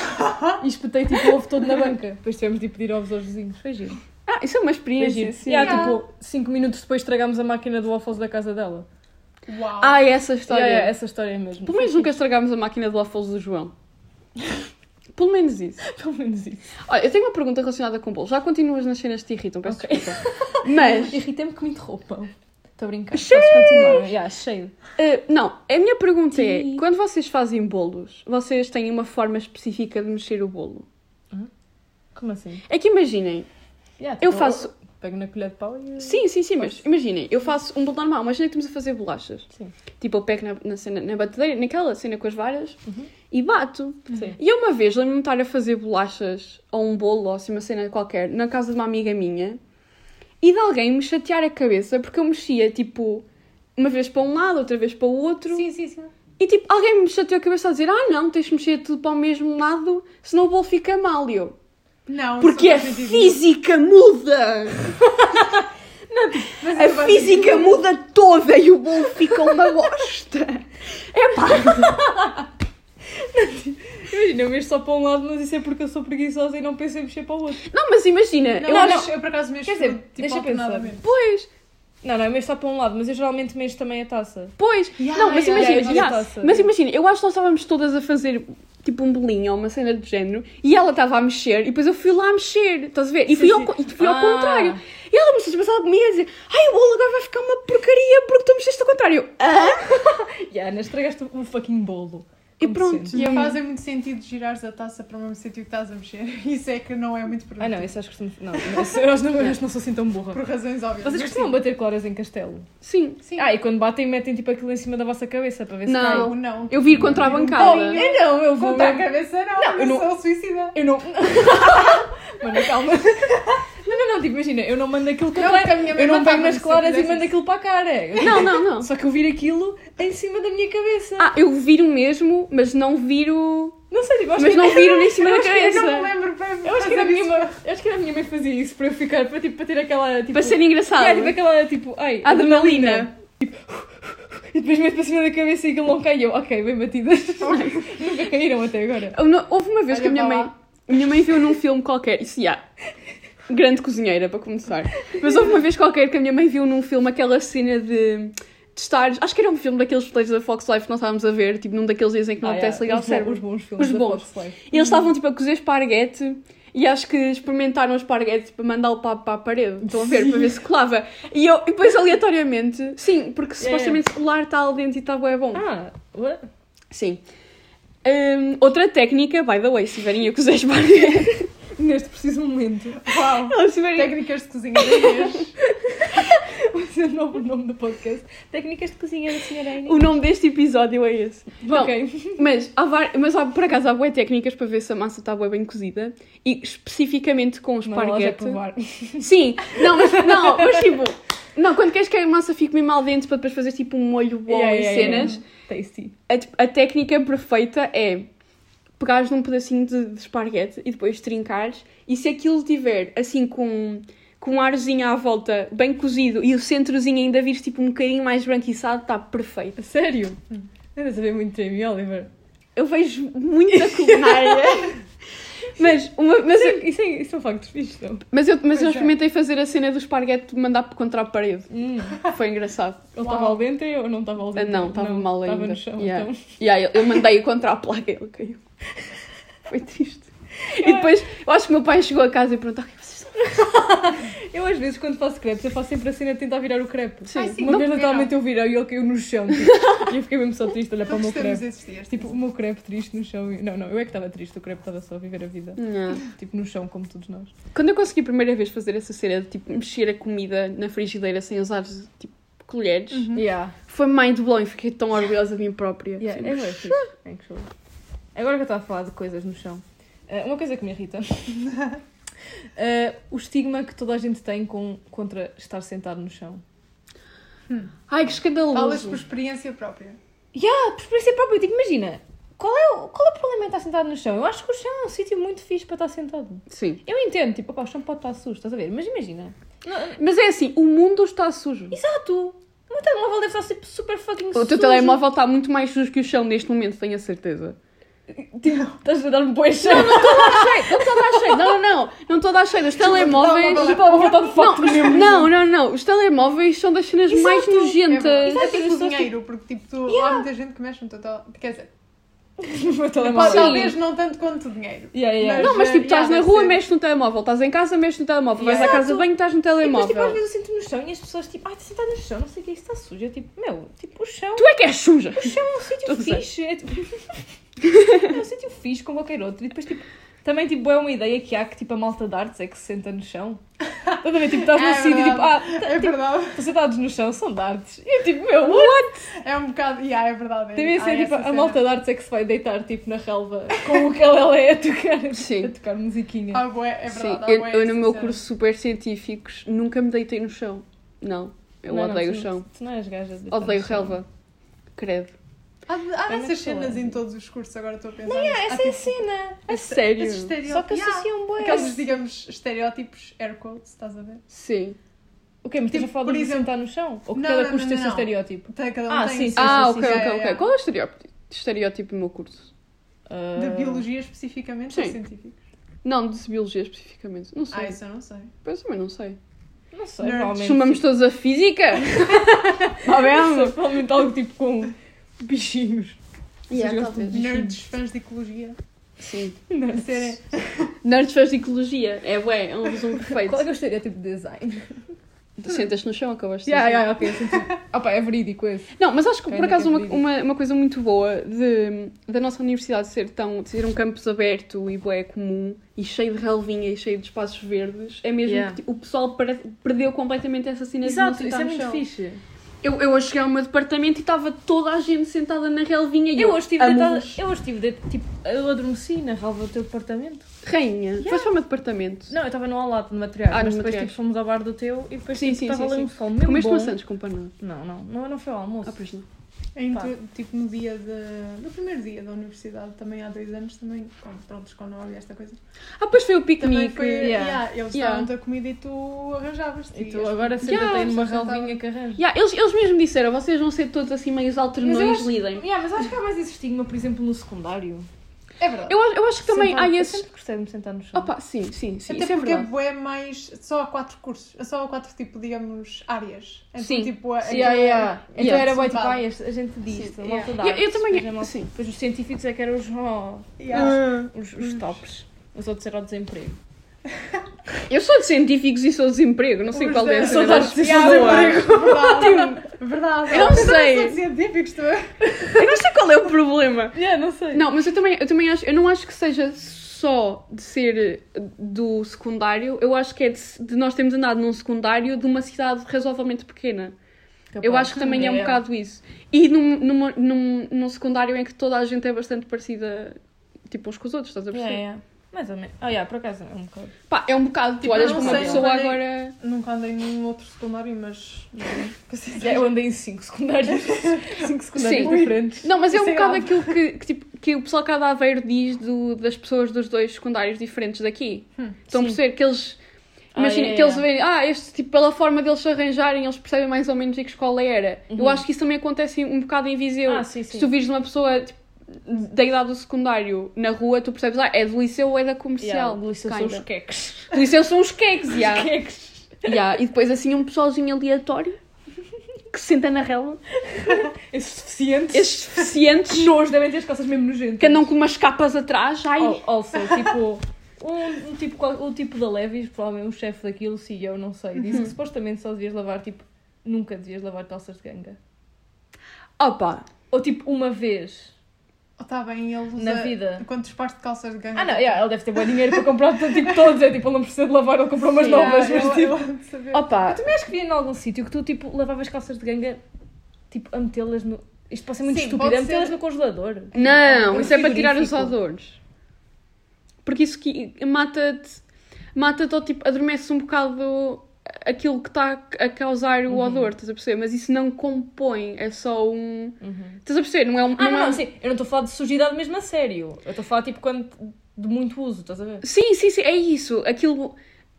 Speaker 3: e espetei tipo o ovo todo na banca. Depois tivemos de pedir ovos aos vizinhos. Foi giro.
Speaker 1: Ah, isso é uma
Speaker 3: Foi
Speaker 1: experiência.
Speaker 3: giro.
Speaker 1: Sim. Ah.
Speaker 3: E há
Speaker 2: Yeah.
Speaker 3: tipo 5 minutos depois estragámos a máquina do waffles da casa dela.
Speaker 2: Uau.
Speaker 1: Ah, essa história.
Speaker 3: Yeah, yeah, essa história é mesmo.
Speaker 1: Pelo menos nunca estragámos a máquina do waffles do João. Pelo menos isso.
Speaker 3: Pelo menos isso.
Speaker 1: Olha, eu tenho uma pergunta relacionada com o bolo. Já continuas nas cenas que te irritam, peço desculpa. Mas,
Speaker 3: Irritei-me que me interrompam. Estou a brincar. Cheio! Podes continuar. Yeah, cheio.
Speaker 1: eh, não, a minha pergunta
Speaker 3: Sim.
Speaker 1: é, quando vocês fazem bolos, vocês têm uma forma específica de mexer o bolo?
Speaker 3: Como assim?
Speaker 1: É que imaginem,
Speaker 3: Yeah,
Speaker 1: eu
Speaker 3: tipo,
Speaker 1: faço...
Speaker 3: Pego na colher de pau e.
Speaker 1: Sim, sim, sim, mas imaginem, eu faço um bolo normal, imaginem que estamos a fazer bolachas.
Speaker 3: Sim.
Speaker 1: Tipo, eu pego na, na, cena, na batedeira, naquela cena com as varas,
Speaker 3: Uhum.
Speaker 1: e bato.
Speaker 3: Sim.
Speaker 1: E eu uma vez lembro-me de estar a fazer bolachas ou um bolo ou assim uma cena qualquer na casa de uma amiga minha e de alguém me chatear a cabeça porque eu mexia tipo uma vez para um lado, outra vez para o outro
Speaker 2: Sim, sim, sim.
Speaker 1: e tipo alguém me chateou a cabeça a dizer ah não, tens de mexer tudo para o mesmo lado senão o bolo fica mal e eu
Speaker 2: Não,
Speaker 1: porque
Speaker 3: é
Speaker 2: isso é
Speaker 1: a
Speaker 2: nunca fiz isso.
Speaker 1: física muda!
Speaker 2: tipo, Mas eu
Speaker 1: A
Speaker 2: gosto
Speaker 1: física muda toda e o bolo fica uma bosta! É pá!
Speaker 3: Imagina, eu mexo só para um lado, mas isso é porque eu sou preguiçosa e não penso em mexer para o outro.
Speaker 1: Não, mas imagina,
Speaker 2: Não,
Speaker 1: eu
Speaker 2: mas
Speaker 1: acho...
Speaker 2: eu por acaso mexo
Speaker 3: Quer dizer,
Speaker 2: tipo,
Speaker 3: deixa eu pensar.
Speaker 2: alternadamente.
Speaker 1: Pois,
Speaker 3: Não, não, eu mexo só para um lado, mas eu geralmente mexo também a taça.
Speaker 1: Pois,
Speaker 2: Yeah,
Speaker 1: não, mas
Speaker 2: yeah,
Speaker 1: imagina,
Speaker 3: yeah,
Speaker 1: yeah,
Speaker 3: yeah.
Speaker 1: mas imagina, eu acho que nós estávamos todas a fazer tipo um bolinho ou uma cena do género e ela estava a mexer e depois eu fui lá a mexer, estás a ver? E fui,
Speaker 3: sim.
Speaker 1: ao, co- e fui ao
Speaker 3: Ah.
Speaker 1: contrário. E ela começou a passar comigo a dizer: Ai, o bolo agora vai ficar uma porcaria porque tu mexeste ao contrário. Ah, Eu, "Hã?"
Speaker 3: Yeah, Ana, estragaste um fucking bolo.
Speaker 1: E
Speaker 3: Como
Speaker 1: pronto.
Speaker 3: sempre.
Speaker 1: e eu-
Speaker 2: Fazem muito sentido girares a taça para o mesmo sítio que estás a mexer. Isso é que não é muito
Speaker 3: Ah,
Speaker 2: produtivo.
Speaker 3: não, isso acho que costumo. Não, não, isso- eu acho que não, eu acho que não sou assim tão burra.
Speaker 2: Por razões óbvias.
Speaker 3: Vocês
Speaker 2: mas
Speaker 3: costumam
Speaker 2: sim.
Speaker 3: bater claras em castelo?
Speaker 1: Sim.
Speaker 2: Sim.
Speaker 3: Ah, e quando batem, metem tipo aquilo em cima da vossa cabeça para ver se
Speaker 1: Não.
Speaker 3: cai.
Speaker 2: Não, não.
Speaker 1: Eu vir contra a bancada.
Speaker 3: Eu não, eu vou.
Speaker 2: Contra a
Speaker 3: mesmo-
Speaker 2: cabeça não,
Speaker 3: Não, eu
Speaker 2: eu
Speaker 3: não-
Speaker 2: não sou suicida.
Speaker 3: Eu não. Mano, calma. Não, não, não, tipo, imagina, eu não mando aquilo
Speaker 2: Não,
Speaker 3: contra.
Speaker 2: porque a minha mãe
Speaker 3: eu não pego
Speaker 2: matava-me
Speaker 3: nas
Speaker 2: se eu
Speaker 3: claras e
Speaker 2: fizesse
Speaker 3: mando
Speaker 2: isso.
Speaker 3: aquilo para a cara. Eu- tipo,
Speaker 1: Não, não, não.
Speaker 3: Só que eu viro aquilo em cima da minha cabeça.
Speaker 1: Ah, eu viro mesmo, mas não viro.
Speaker 3: Não sei, tipo, acho
Speaker 1: Mas
Speaker 3: que-
Speaker 1: não viro nem cima
Speaker 3: Eu
Speaker 1: da
Speaker 3: acho que- eu
Speaker 2: Eu não
Speaker 1: cabeça.
Speaker 2: me lembro para
Speaker 3: Eu acho, que era a
Speaker 2: fazer
Speaker 3: minha
Speaker 2: isso.
Speaker 3: mãe, eu acho que era a minha mãe que fazia isso para eu ficar, para, tipo, para ter aquela. Tipo,
Speaker 1: Para ser
Speaker 3: Yeah,
Speaker 1: engraçado.
Speaker 3: tipo aquela, tipo, ai,
Speaker 1: Adrenalina.
Speaker 3: Tipo, e depois meto para cima da cabeça e aquilo não caiu. Ok, bem batidas. Nunca caíram até agora.
Speaker 1: Eu não- Houve uma vez
Speaker 2: Olha
Speaker 1: que a minha
Speaker 2: para
Speaker 1: mãe,
Speaker 2: lá.
Speaker 1: a minha mãe viu num filme qualquer, isso já, grande cozinheira para começar, mas houve uma vez qualquer que a minha mãe viu num filme aquela cena de, de estar, acho que era um filme daqueles players da Fox Life que nós estávamos a ver, tipo num daqueles dias em que não
Speaker 3: Ah,
Speaker 1: apetece
Speaker 3: yeah,
Speaker 1: ligar o
Speaker 3: os bo-
Speaker 1: cérebro.
Speaker 3: Os bons filmes.
Speaker 1: Os
Speaker 3: da
Speaker 1: bons.
Speaker 3: Fox Life.
Speaker 1: E eles estavam tipo a cozer esparguete e acho que experimentaram o esparguete para mandar o papo para a parede, estão a ver, para ver se colava. E eu, e depois aleatoriamente, sim, porque supostamente se colar está al dente e está bué bom.
Speaker 3: Ah, what?
Speaker 1: Sim. Hum, outra técnica, by the way, se tiverem a cozer esparguete.
Speaker 3: Neste preciso momento.
Speaker 2: Uau.
Speaker 1: Elas tiverem-
Speaker 2: Técnicas de cozinha da Inês.
Speaker 3: Vai ser o novo nome do podcast. Técnicas de cozinha da senhora Aine.
Speaker 1: O nome deste episódio é esse. Bom,
Speaker 3: ok.
Speaker 1: mas, há var... mas há, por acaso há boas técnicas para ver se a massa está bué bem cozida e especificamente com o
Speaker 3: Uma loja a
Speaker 1: esparguete.
Speaker 3: provar.
Speaker 1: Sim, não, mas, não, mas tipo, Não, quando queres que a massa fique mesmo al dente para depois fazer tipo um molho bom
Speaker 3: Yeah,
Speaker 1: e
Speaker 3: yeah,
Speaker 1: cenas,
Speaker 3: yeah. Tasty.
Speaker 1: A, a técnica perfeita é pegares num pedacinho de, de esparguete e depois trincares, e se aquilo tiver assim com, com um arzinho à volta, bem cozido, e o centrozinho ainda vires tipo um bocadinho mais branquiçado, está perfeito.
Speaker 3: A Sério?
Speaker 1: Hum.
Speaker 3: Ainda saber muito de Jamie Oliver.
Speaker 1: Eu vejo muita culinária. mas, uma, mas, eu,
Speaker 3: Isso, é, isso é um facto fixe, não?
Speaker 1: mas, eu, mas eu
Speaker 2: Pois é.
Speaker 1: experimentei fazer a cena do esparguete de mandar contra a parede. Foi engraçado.
Speaker 3: Ele estava
Speaker 2: Uau.
Speaker 3: al dente ou não estava al
Speaker 1: Hum. Ah,
Speaker 3: dente?
Speaker 1: Não, estava mal ainda.
Speaker 3: Estava no chão,
Speaker 1: Yeah.
Speaker 3: então.
Speaker 1: Yeah, eu, eu mandei contra a placa e ele caiu. Foi triste. E depois, eu acho que o meu pai chegou a casa e perguntou: "O que é que vocês estão a
Speaker 3: Eu às vezes quando faço crepes, eu faço sempre a cena de tentar virar o crepe.
Speaker 1: fazer?"
Speaker 2: Ai, sim.
Speaker 3: Uma
Speaker 2: não
Speaker 3: vez
Speaker 2: viram.
Speaker 3: naturalmente eu virei e ele caiu no chão. tipo, e eu fiquei mesmo só triste a olhar para o
Speaker 2: Todos
Speaker 3: meu
Speaker 2: temos
Speaker 3: crepe.
Speaker 2: esses dias.
Speaker 3: Tipo, o meu crepe triste no chão. e- Não, não, eu é que estava triste, o crepe estava só a viver a vida.
Speaker 1: Não.
Speaker 3: Tipo, no chão, como todos nós.
Speaker 1: Quando eu consegui a primeira vez fazer essa cena de tipo, mexer a comida na frigideira sem usar tipo, colheres,
Speaker 3: Yeah.
Speaker 1: foi mind blowing. Fiquei tão orgulhosa de mim própria.
Speaker 3: Yeah,
Speaker 1: Sim.
Speaker 3: é bué fixe, actually. Agora que eu estava a falar de coisas no chão, eh, uma coisa que me irrita. eh, o estigma que toda a gente tem com, contra estar sentado no chão.
Speaker 1: Ai, que
Speaker 2: Falas
Speaker 1: escandaloso.
Speaker 2: por experiência própria.
Speaker 3: Yeah, por experiência própria, eu digo, tipo, imagina, qual é, o, qual é o problema em estar sentado no chão? Eu acho que o chão é um sítio muito fixe para estar sentado.
Speaker 1: Sim.
Speaker 3: Eu entendo, tipo, opá, o chão pode estar sujo, estás a ver? Mas imagina,
Speaker 1: Mas é assim: o mundo está sujo.
Speaker 3: exato, o meu telemóvel deve estar tipo, super fucking sujo.
Speaker 1: O teu telemóvel está muito mais sujo que o chão neste momento, tenho a certeza.
Speaker 3: Tipo, estás a dar-me boa chão.
Speaker 1: Não estou a dar cheio, não, não, não. Não estou a dar cheio. Os telemóveis.
Speaker 2: não, não,
Speaker 3: Tipo, a vontade de facto
Speaker 1: Não,
Speaker 3: mesmo.
Speaker 1: não, não, não. Os telemóveis são das cenas
Speaker 3: Exato.
Speaker 1: mais nojentas.
Speaker 2: É,
Speaker 3: Exato,
Speaker 2: é
Speaker 3: as
Speaker 2: tipo
Speaker 3: pessoas,
Speaker 2: dinheiro, porque tipo, tu, há muita gente que mexe no teu tel- Quer dizer,
Speaker 3: O meu
Speaker 2: pode,
Speaker 3: telemóvel.
Speaker 2: talvez não tanto quanto o dinheiro.
Speaker 3: Yeah, yeah, yeah.
Speaker 1: não, mas tipo,
Speaker 2: Yeah,
Speaker 1: estás na
Speaker 2: deve
Speaker 1: rua,
Speaker 2: ser.
Speaker 1: mexes no telemóvel. Estás em casa, mexes no telemóvel. Vais à
Speaker 3: Exato.
Speaker 1: casa de banho, estás no
Speaker 3: E depois, tipo, às
Speaker 1: telemóvel.
Speaker 3: vezes eu sinto no chão e as pessoas, tipo, ai, está sentado no chão, não sei o que, isso está sujo. Eu, tipo, meu, tipo, o chão,
Speaker 1: Tu é que és suja.
Speaker 3: o chão é um sítio
Speaker 1: Tudo certo.
Speaker 3: fixe. É, tipo, é um sítio fixe como qualquer outro. E depois, tipo, também, tipo, é uma ideia que há que, tipo, a malta de artes é que se senta no chão. Estás a ver? Tipo, estás num
Speaker 2: É
Speaker 3: sítio, tipo, ah,
Speaker 2: verdade. É verdade.
Speaker 3: estão sentados no chão, são de artes. E eu, tipo, meu, what?
Speaker 2: É um bocado. Yeah, é verdade. é-
Speaker 3: Devia ser,
Speaker 2: há
Speaker 3: tipo,
Speaker 2: essa
Speaker 3: a
Speaker 2: cena.
Speaker 3: malta de artes é que se vai deitar, tipo, na relva com o que ela é a tocar,
Speaker 1: Sim.
Speaker 3: a tocar musiquinha.
Speaker 2: Ah, bué, é verdade.
Speaker 1: Sim,
Speaker 2: há
Speaker 1: eu,
Speaker 2: bué
Speaker 1: eu
Speaker 2: essa
Speaker 1: no meu
Speaker 2: cena.
Speaker 1: curso super científicos nunca me deitei no chão. Não, eu
Speaker 3: Não, não,
Speaker 1: odeio
Speaker 3: tu-
Speaker 1: o chão.
Speaker 3: Tu não és gaja. de deitar no
Speaker 1: Odeio
Speaker 3: chão.
Speaker 1: relva. Credo.
Speaker 2: Há, há
Speaker 3: Eu não
Speaker 2: dessas
Speaker 3: sou
Speaker 2: cenas
Speaker 3: assim.
Speaker 2: em todos os cursos, agora estou a pensar.
Speaker 3: Não, yeah, essa é a cena.
Speaker 1: A sério.
Speaker 3: Só que associam bué.
Speaker 2: assim, Aqueles, digamos, estereótipos, air quotes, estás a ver?
Speaker 1: Sim.
Speaker 3: O quê? Mas estás
Speaker 2: Tipo,
Speaker 3: a falar
Speaker 2: por
Speaker 3: de
Speaker 2: exemplo-
Speaker 3: sentar no chão? Ou que
Speaker 2: Não,
Speaker 3: cada
Speaker 2: não,
Speaker 3: custo
Speaker 2: não,
Speaker 3: tem o seu
Speaker 2: não.
Speaker 3: estereótipo?
Speaker 2: Então, Cada um
Speaker 3: Ah,
Speaker 2: tem
Speaker 3: sim,
Speaker 2: o seu-
Speaker 1: Ah,
Speaker 3: sim,
Speaker 1: ok,
Speaker 2: sim,
Speaker 1: ok,
Speaker 2: é,
Speaker 1: ok.
Speaker 2: é.
Speaker 1: Qual é o estereótipo, estereótipo do meu curso?
Speaker 2: De
Speaker 3: Ah,
Speaker 2: biologia especificamente
Speaker 1: Sim.
Speaker 2: ou científicos?
Speaker 1: Não, de biologia especificamente. Não
Speaker 2: Ah,
Speaker 1: sei.
Speaker 2: isso eu não sei.
Speaker 1: Pois também não sei.
Speaker 3: Não sei,
Speaker 2: Nerds.
Speaker 3: provavelmente.
Speaker 1: Chamamos todos a física? Tá Está
Speaker 3: Não
Speaker 1: bem?
Speaker 3: sei, provavelmente algo tipo com bichinhos.
Speaker 1: Yeah,
Speaker 3: Vocês
Speaker 1: talvez.
Speaker 3: gostam de
Speaker 2: Nerds, fãs de ecologia.
Speaker 1: Sim.
Speaker 3: Nerds.
Speaker 2: Serem-
Speaker 1: Nerds fãs de ecologia. É ué, é um resumo perfeito.
Speaker 3: Qual é que é o estereótipo
Speaker 1: tipo,
Speaker 3: de design?
Speaker 1: Tu sentas no chão, acabaste de
Speaker 3: Yeah,
Speaker 1: dizer.
Speaker 3: yeah, ok, senti. Ah pá, é verídico esse.
Speaker 1: Não, mas acho que por
Speaker 3: Ainda
Speaker 1: acaso
Speaker 3: quer
Speaker 1: uma,
Speaker 3: pedir.
Speaker 1: uma, uma coisa muito boa de, da nossa universidade ser tão de ser um campus aberto e bué comum e cheio de relvinha e cheio de espaços verdes é mesmo
Speaker 3: Yeah. é
Speaker 1: que tipo, o pessoal per- perdeu completamente essa cena de não sentar no chão.
Speaker 3: fixe.
Speaker 1: Eu, eu hoje cheguei ao meu departamento e estava toda a gente sentada na relvinha e
Speaker 3: Eu hoje estive
Speaker 1: amo-vos.
Speaker 3: deitada. Eu hoje estive deitada. Tipo, eu adormeci na relva do teu apartamento.
Speaker 1: Rainha, foste para o meu departamento.
Speaker 3: Não, eu estava no lado de materiais.
Speaker 1: Ah,
Speaker 3: mas
Speaker 1: no
Speaker 3: depois
Speaker 1: materiais.
Speaker 3: tipo, fomos ao bar do teu e depois
Speaker 1: Sim,
Speaker 3: tipo,
Speaker 1: sim,
Speaker 3: estava
Speaker 1: sim,
Speaker 3: ali
Speaker 1: sim.
Speaker 3: um sol mesmo.
Speaker 1: Comeste
Speaker 3: bom.
Speaker 1: maçãs com panado.
Speaker 3: Não, não, não, não foi ao almoço.
Speaker 1: Ah, pois não.
Speaker 2: Em
Speaker 3: Pá.
Speaker 2: tu- tipo no dia de, no primeiro dia da universidade, também há dois anos, também, com, prontos, quando não havia esta coisa.
Speaker 1: Ah, pois foi o
Speaker 2: Também
Speaker 1: piquenique.
Speaker 2: foi,
Speaker 3: yeah.
Speaker 2: yeah, eles
Speaker 1: Yeah.
Speaker 2: davam-te a comida e tu arranjavas
Speaker 3: E tu agora sempre
Speaker 1: Yeah,
Speaker 3: tens uma
Speaker 2: já sentava.
Speaker 3: relvinha que arranja.
Speaker 1: Yeah, eles, eles mesmo disseram, vocês vão ser todos assim meio alternões,
Speaker 3: Mas eu
Speaker 1: lidem.
Speaker 3: Yeah, mas acho que há mais esse estigma, por exemplo, no secundário.
Speaker 2: É verdade.
Speaker 1: Eu, acho- eu acho que também
Speaker 3: Sentar-
Speaker 1: há
Speaker 3: eu
Speaker 1: esses...
Speaker 3: sempre gostei de me sentar no chão.
Speaker 1: Opa, sim, sim, sim,
Speaker 2: Até
Speaker 1: isso é
Speaker 2: porque é
Speaker 1: verdade.
Speaker 2: bué mais. Só há quatro cursos, só há quatro, tipo, digamos, áreas. Então,
Speaker 1: Sim.
Speaker 2: tipo, a-
Speaker 3: Yeah,
Speaker 2: aquela-
Speaker 3: yeah.
Speaker 1: ah,
Speaker 3: Então
Speaker 1: Yeah.
Speaker 3: era bué tipo,
Speaker 2: Sentada.
Speaker 3: ai, este- a gente disto, a
Speaker 2: Sim,
Speaker 3: malta
Speaker 2: yeah.
Speaker 3: da
Speaker 1: Eu- eu
Speaker 3: artes,
Speaker 1: também-
Speaker 3: depois a malta-
Speaker 1: sim.
Speaker 3: assim. Depois os científicos é que eram os, ó,
Speaker 2: Yeah.
Speaker 3: os, os tops. Os outros eram o desemprego.
Speaker 1: Eu sou de científicos e sou de desemprego, não sei
Speaker 2: Os
Speaker 1: qual é
Speaker 2: da-
Speaker 1: a
Speaker 2: sou
Speaker 1: cena
Speaker 2: da
Speaker 1: das
Speaker 3: artes e sou da
Speaker 1: pessoas.
Speaker 2: Verdade.
Speaker 3: Tipo,
Speaker 2: Verdade. Verdade.
Speaker 1: Eu não
Speaker 2: Mas
Speaker 1: sei.
Speaker 2: são científicos, tu
Speaker 1: Eu não sei qual é o problema.
Speaker 3: Yeah, não sei.
Speaker 1: Não, mas eu também, eu também acho, eu não acho que seja só de ser eh, do secundário, eu acho que é de, se- de nós termos andado num secundário de uma cidade razoavelmente pequena. Eu acho que também é um bocado isso. E num, numa- num, num secundário em que toda a gente é bastante parecida, tipo, uns com os outros, estás a
Speaker 3: Yeah,
Speaker 1: perceber?
Speaker 3: Oh, yeah. Mais ou menos. Ah, yeah, por acaso é um bocado.
Speaker 1: Pá, é um bocado, tu
Speaker 2: Tipo,
Speaker 1: olhas
Speaker 2: eu
Speaker 1: para
Speaker 2: não
Speaker 1: uma
Speaker 2: sei,
Speaker 1: pessoa
Speaker 2: olha-
Speaker 1: agora...
Speaker 2: nunca andei num outro secundário, mas. não-
Speaker 3: Eu andei em 5 secundários. 5 secundários
Speaker 1: Sim.
Speaker 3: diferentes.
Speaker 1: Não, mas é um
Speaker 2: Sei
Speaker 1: bocado
Speaker 2: lá.
Speaker 1: aquilo que, que, tipo, que o pessoal cá da Aveiro diz do- das pessoas dos dois secundários diferentes daqui.
Speaker 2: Hum,
Speaker 1: Estão a
Speaker 3: sim.
Speaker 1: perceber que eles.
Speaker 3: Ah,
Speaker 1: Imagina
Speaker 3: é,
Speaker 1: que eles
Speaker 3: é.
Speaker 1: veem, ah, este, tipo, pela forma deles se arranjarem, eles percebem mais ou menos de que escola era. Eu acho que isso também acontece um bocado em Viseu.
Speaker 3: Uhum. Ah, sim, sim.
Speaker 1: Se tu vires uma pessoa tipo, da idade do secundário na rua, tu percebes, ah, é do liceu ou é da comercial.
Speaker 3: Yeah, Liceu são
Speaker 1: Kinda.
Speaker 3: os queques.
Speaker 1: Do liceu são os queques, yeah.
Speaker 3: Queques.
Speaker 1: Yeah, E depois assim um pessoalzinho aleatório que se senta na relva.
Speaker 3: Esses deficientes.
Speaker 1: Esses deficientes
Speaker 3: nojo devem ter as calças mesmo nojentas.
Speaker 1: que andam com umas capas atrás. Ai,
Speaker 3: Al- Also, tipo, um, um tipo, qual- o tipo da Levis, provavelmente o chefe daquilo, se eu não sei, disse que supostamente só devias lavar, tipo, nunca devias lavar calças de ganga.
Speaker 1: opa.
Speaker 3: Ou tipo, uma vez.
Speaker 2: Oh, tá bem, ele usa.
Speaker 3: Na vida.
Speaker 2: Quantos pares de calças de gangue?
Speaker 3: Ah, não, yeah, ele deve ter bom dinheiro para comprar portanto, tipo, todos. É tipo, ele não precisa de lavar, ele comprou umas
Speaker 1: Sim.
Speaker 3: novas.
Speaker 2: eu,
Speaker 3: Mas, tipo,
Speaker 2: eu, de saber.
Speaker 1: Opa.
Speaker 3: também acho que vi em algum sítio que tu, tipo, lavavas calças de ganga, tipo, a metê-las no. Isto pode ser muito
Speaker 2: Sim,
Speaker 3: estúpido,
Speaker 2: pode
Speaker 3: a metê-las
Speaker 2: ser.
Speaker 3: no congelador.
Speaker 1: Não,
Speaker 3: Um
Speaker 1: isso é para tirar os
Speaker 3: frigorífico.
Speaker 1: odores. Porque isso que mata-te. Mata-te ou tipo, adormece um bocado aquilo que está a causar
Speaker 3: Uhum.
Speaker 1: o odor, estás a perceber? Mas isso não compõe, é só um. Estás a perceber? Não é um.
Speaker 3: Ah, não,
Speaker 1: é um-
Speaker 3: não, sim, eu não estou a falar de sujidade mesmo a sério. Eu estou a falar, tipo, quando. de muito uso, estás a ver?
Speaker 1: Sim, sim, sim, é isso. Aquilo.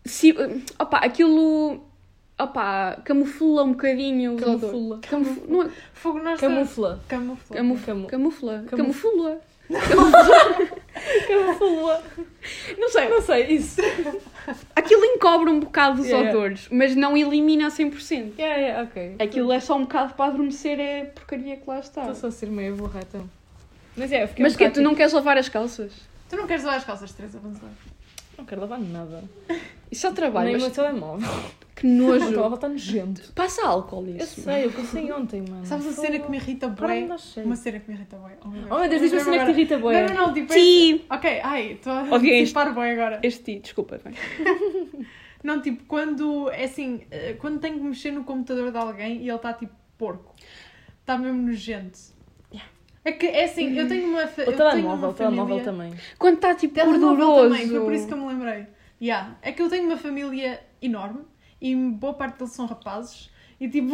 Speaker 1: Se, opa, aquilo. Opa, camufla um bocadinho os odores.
Speaker 3: Camufla.
Speaker 1: Camufla. Não é,
Speaker 2: Fogo nas
Speaker 3: Camufla.
Speaker 2: Camufla.
Speaker 1: camuf,
Speaker 3: Camu-
Speaker 1: camufla.
Speaker 3: camu-
Speaker 1: Camufla.
Speaker 3: Camufla. Não sei, não sei, isso.
Speaker 1: Aquilo encobre um bocado os
Speaker 3: Yeah.
Speaker 1: odores, mas não elimina a 100%.
Speaker 3: É, é, ok.
Speaker 1: Aquilo é só um bocado para adormecer é a porcaria que lá está.
Speaker 3: Estou só a
Speaker 2: assim
Speaker 3: ser meio burrata. Mas é, eu fiquei
Speaker 1: Mas
Speaker 3: um
Speaker 1: que tu
Speaker 3: bocado,
Speaker 1: não queres lavar as calças?
Speaker 2: Tu não queres usar as calças, Teresa, vamos lá.
Speaker 3: tipo, Não quero lavar nada.
Speaker 1: Isso é o
Speaker 3: Nem
Speaker 1: trabalho.
Speaker 3: o
Speaker 1: mas
Speaker 3: meu telemóvel.
Speaker 1: Que
Speaker 3: O meu
Speaker 1: nojo.
Speaker 3: telemóvel
Speaker 2: tá
Speaker 3: está nojento.
Speaker 1: Passa álcool é?
Speaker 3: Eu
Speaker 1: nisso.
Speaker 3: sei, eu comecei ontem, mano.
Speaker 2: Sabes a cena que me irrita
Speaker 3: Para
Speaker 2: bué?
Speaker 3: não cheio.
Speaker 2: Uma cena que me irrita bué. Oh meu Deus,
Speaker 3: Oh meu Deus, diz-me a cena que te irrita, boia.
Speaker 2: Não, não, não, tipo.
Speaker 1: Ti.
Speaker 2: Ok, ai, estou a
Speaker 1: Ok, isto-
Speaker 2: antecipar bué agora.
Speaker 1: Este ti, desculpa. vai.
Speaker 2: Não, tipo, quando é assim, eh, quando tenho que mexer no computador de alguém e ele está tipo porco. Está mesmo nojento. É que é assim, eu tenho uma, fa-
Speaker 3: Uhum. O
Speaker 2: eu tenho
Speaker 3: telemóvel,
Speaker 2: uma
Speaker 3: o telemóvel
Speaker 2: família.
Speaker 3: também.
Speaker 1: Quando está tipo
Speaker 2: Telemóvel um também, foi por isso que
Speaker 1: gorduroso.
Speaker 2: eu me lembrei. Yeah. É que eu tenho uma família enorme e boa parte deles são rapazes e tipo,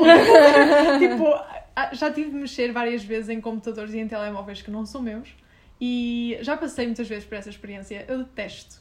Speaker 2: tipo ah, já tive de mexer várias vezes em computadores e em telemóveis que não são meus e já passei muitas vezes por essa experiência. Eu detesto.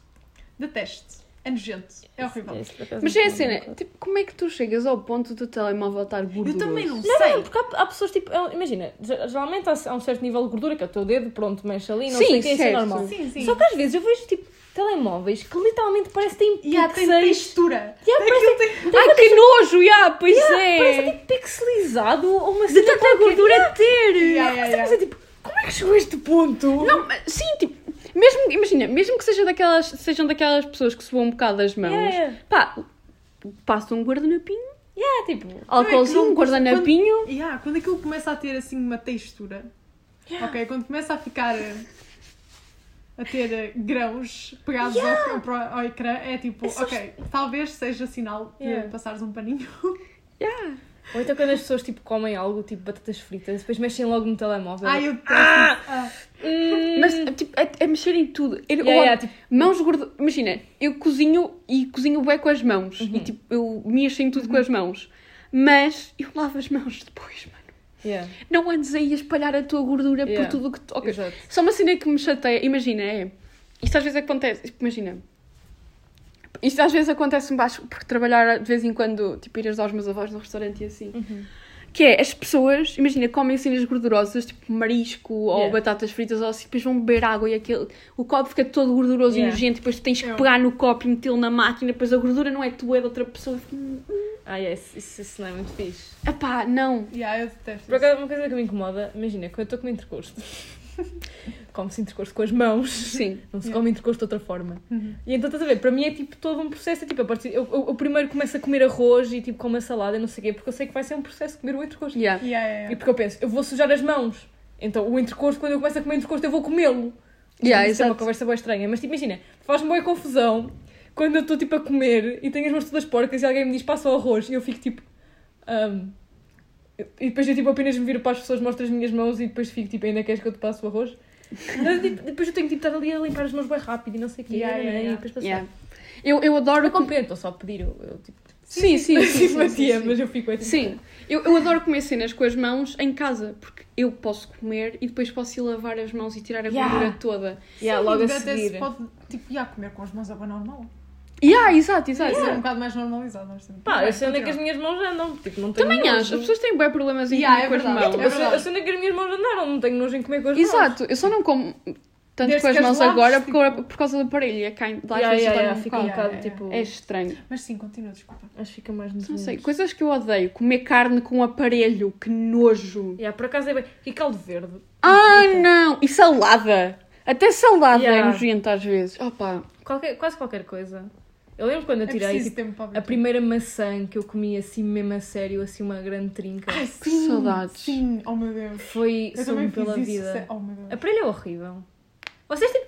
Speaker 2: Detesto. É nojento. É horrível.
Speaker 3: Isso, por acaso,
Speaker 1: Mas é a
Speaker 3: não me
Speaker 1: cena,
Speaker 3: lembro.
Speaker 1: tipo, como é que tu chegas ao ponto do telemóvel estar gorduroso?
Speaker 2: Eu também não
Speaker 3: Não,
Speaker 2: sei.
Speaker 3: não, porque há, há pessoas tipo. eu- Imagina, ge- geralmente há, há um certo nível de gordura que é o teu dedo, pronto, mexe ali, não
Speaker 1: Sim,
Speaker 3: sei o que, isso é
Speaker 1: certo.
Speaker 3: normal.
Speaker 2: Sim, sim.
Speaker 3: Só que às vezes eu vejo tipo telemóveis que literalmente parece que têm
Speaker 2: E há tem
Speaker 3: pixels.
Speaker 2: textura.
Speaker 3: Yeah,
Speaker 2: Aquilo tem...
Speaker 1: Ai, que nojo, yeah, pois
Speaker 3: Parece
Speaker 1: é.
Speaker 3: tipo pixelizado ou uma
Speaker 1: De
Speaker 3: cena
Speaker 1: tanta
Speaker 3: qualquer.
Speaker 1: gordura é ter.
Speaker 2: Yeah,
Speaker 3: Mas
Speaker 2: yeah,
Speaker 3: é
Speaker 2: yeah.
Speaker 3: mas é tipo, como é que chegou a este ponto?
Speaker 1: Não, mas, sim, tipo, mesmo, imagina, mesmo que seja daquelas, sejam daquelas pessoas que suam um bocado as mãos,
Speaker 3: Yeah, yeah.
Speaker 1: pá, passa um guardanapinho,
Speaker 3: é. Yeah, tipo,
Speaker 1: álcoolzinho, um
Speaker 2: quando-
Speaker 1: guardanapinho,
Speaker 2: Yeah, quando aquilo começa a ter assim uma textura, ok? Quando começa a ficar eh, a ter eh, grãos pegados ao- ao, pro- ao ecrã, é tipo,
Speaker 3: É só
Speaker 2: ok, talvez seja sinal de
Speaker 3: Yeah.
Speaker 2: passares um paninho.
Speaker 1: yeah.
Speaker 3: Ou então quando as pessoas tipo comem algo, tipo batatas fritas, depois mexem logo no telemóvel.
Speaker 2: Ai, eu detesto. Ah!
Speaker 3: Hum,
Speaker 1: Mas, tipo, é, é mexer em tudo. Eu- eu
Speaker 3: Yeah, yeah,
Speaker 1: amo-
Speaker 3: tipo-
Speaker 1: Mãos gordas. Imagina, eu cozinho e cozinho bem com as mãos. E,
Speaker 3: Uhum.
Speaker 1: tipo, eu mexo em tudo com as mãos. Mas eu lavo as mãos depois, mano.
Speaker 3: yeah,
Speaker 1: Não andes aí a espalhar a tua gordura
Speaker 3: Yeah.
Speaker 1: por tudo o que toca.
Speaker 3: exato.
Speaker 1: Só uma cena que me chateia. Imagina, é. Isto às vezes acontece. tipo, Imagina. Isto às vezes acontece embaixo, porque trabalhar de vez em quando, tipo, ir aos meus avós no restaurante e assim. Que é, as pessoas, imagina, comem cenas gordurosas, tipo marisco ou
Speaker 3: Yeah.
Speaker 1: batatas fritas ou assim, depois vão beber água e aquele, o copo fica todo gorduroso
Speaker 3: Yeah.
Speaker 1: e nojento, depois tens que
Speaker 2: Eu.
Speaker 1: pegar no copo e metê-lo na máquina, depois a gordura não é tua, é de outra pessoa. Hum,
Speaker 3: Ah, yeah, isso, isso- isso não é muito fixe.
Speaker 1: Epá, não.
Speaker 2: Yeah, eu detesto.
Speaker 3: Por acaso, uma coisa que me incomoda, imagina, quando eu estou com entrecosto, come-se entrecosto com as mãos.
Speaker 1: Sim.
Speaker 3: Não se
Speaker 2: Yeah.
Speaker 3: come entrecosto de outra forma.
Speaker 2: Uhum.
Speaker 3: E então, estás a ver, para mim é tipo todo um processo. É tipo, a partir, eu, eu, eu primeiro começo a comer arroz e tipo como a salada e não sei o quê, porque eu sei que vai ser um processo comer o entrecosto.
Speaker 1: Yeah.
Speaker 2: Yeah, yeah,
Speaker 3: E
Speaker 2: yeah.
Speaker 3: porque eu penso, eu vou sujar as mãos. Então, o entrecosto, quando eu começo a comer entrecosto, eu vou comê-lo.
Speaker 1: Yeah,
Speaker 3: Isso é uma
Speaker 1: exato.
Speaker 3: conversa bem estranha. Mas tipo, imagina, faz-me boa confusão quando eu estou tipo a comer e tenho as mãos todas porcas e alguém me diz passa o arroz e eu fico tipo. "Ahm." E depois eu tipo, apenas me viro para as pessoas, mostro as minhas mãos e depois fico tipo, ainda queres que eu te passe o arroz? Mas, tipo, depois eu tenho tipo, estar ali a limpar as mãos bem rápido e não sei o quê.
Speaker 2: Yeah,
Speaker 3: nananã,
Speaker 2: yeah,
Speaker 3: e
Speaker 2: yeah.
Speaker 1: Tá
Speaker 3: depois passar.
Speaker 1: Yeah. Eu, eu adoro.
Speaker 3: Eu compreendo, estou só a pedir. Eu, eu, tipo,
Speaker 1: Sim, sim, sim. sim, sim,
Speaker 3: simpatia,
Speaker 1: sim.
Speaker 3: mas eu fico assim.
Speaker 1: Sim, eu, eu adoro comer cenas com as mãos em casa, porque eu posso comer e depois posso ir lavar as mãos e tirar a
Speaker 3: Yeah.
Speaker 1: gordura toda.
Speaker 3: Yeah, logo a
Speaker 2: Ainda até se
Speaker 3: seguir.
Speaker 2: pode, tipo, já comer com as mãos agora normal.
Speaker 1: Yeah, exato, exato.
Speaker 2: Isso é um
Speaker 1: exato.
Speaker 2: bocado mais normalizado, nós temos.
Speaker 3: Pá,
Speaker 2: Vai,
Speaker 3: eu sei onde é que as
Speaker 2: continua.
Speaker 3: minhas mãos andam. Tipo, não tenho
Speaker 1: Também
Speaker 3: nojo.
Speaker 1: acho, as pessoas têm bem problemas em comer
Speaker 2: Yeah, é
Speaker 1: com as
Speaker 2: verdade.
Speaker 1: mãos.
Speaker 2: É
Speaker 3: Eu sei,
Speaker 2: verdade.
Speaker 3: eu sei onde é que as minhas mãos andaram, não tenho nojo em comer com as mãos.
Speaker 1: Exato, eu só não como tanto
Speaker 2: Desde
Speaker 1: com as
Speaker 2: que as
Speaker 1: mãos
Speaker 2: laves,
Speaker 1: agora por,
Speaker 2: tipo-
Speaker 1: causa- por causa do aparelho. É que há- às
Speaker 3: Yeah,
Speaker 1: vezes
Speaker 3: yeah,
Speaker 1: dói
Speaker 3: yeah,
Speaker 1: um
Speaker 3: fica um
Speaker 1: bocado.
Speaker 3: bocado
Speaker 2: Yeah,
Speaker 3: tipo.
Speaker 1: É estranho.
Speaker 2: Mas sim, continua, desculpa.
Speaker 3: Acho que fica mais
Speaker 1: Não sei,
Speaker 3: nojento.
Speaker 1: coisas que eu odeio. Comer carne com um aparelho, que nojo.
Speaker 3: Yeah, por acaso é bem. E caldo verde?
Speaker 1: Ah, não! E salada! Até salada
Speaker 3: Yeah.
Speaker 1: é nojenta às vezes. Opa!
Speaker 3: Qualquer, quase qualquer coisa. Eu lembro quando eu
Speaker 2: É
Speaker 3: tirei
Speaker 2: preciso
Speaker 3: tipo,
Speaker 2: tempo para
Speaker 3: a primeira maçã que eu comi assim mesmo a sério, assim uma grande trinca.
Speaker 2: Ai, sim,
Speaker 1: saudades.
Speaker 2: Sim, oh meu Deus.
Speaker 3: Foi
Speaker 2: Eu
Speaker 3: sobre
Speaker 2: também fiz
Speaker 3: pela
Speaker 2: isso.
Speaker 3: vida.
Speaker 2: se- Oh meu Deus.
Speaker 3: Aparelho é horrível. Vocês tipo.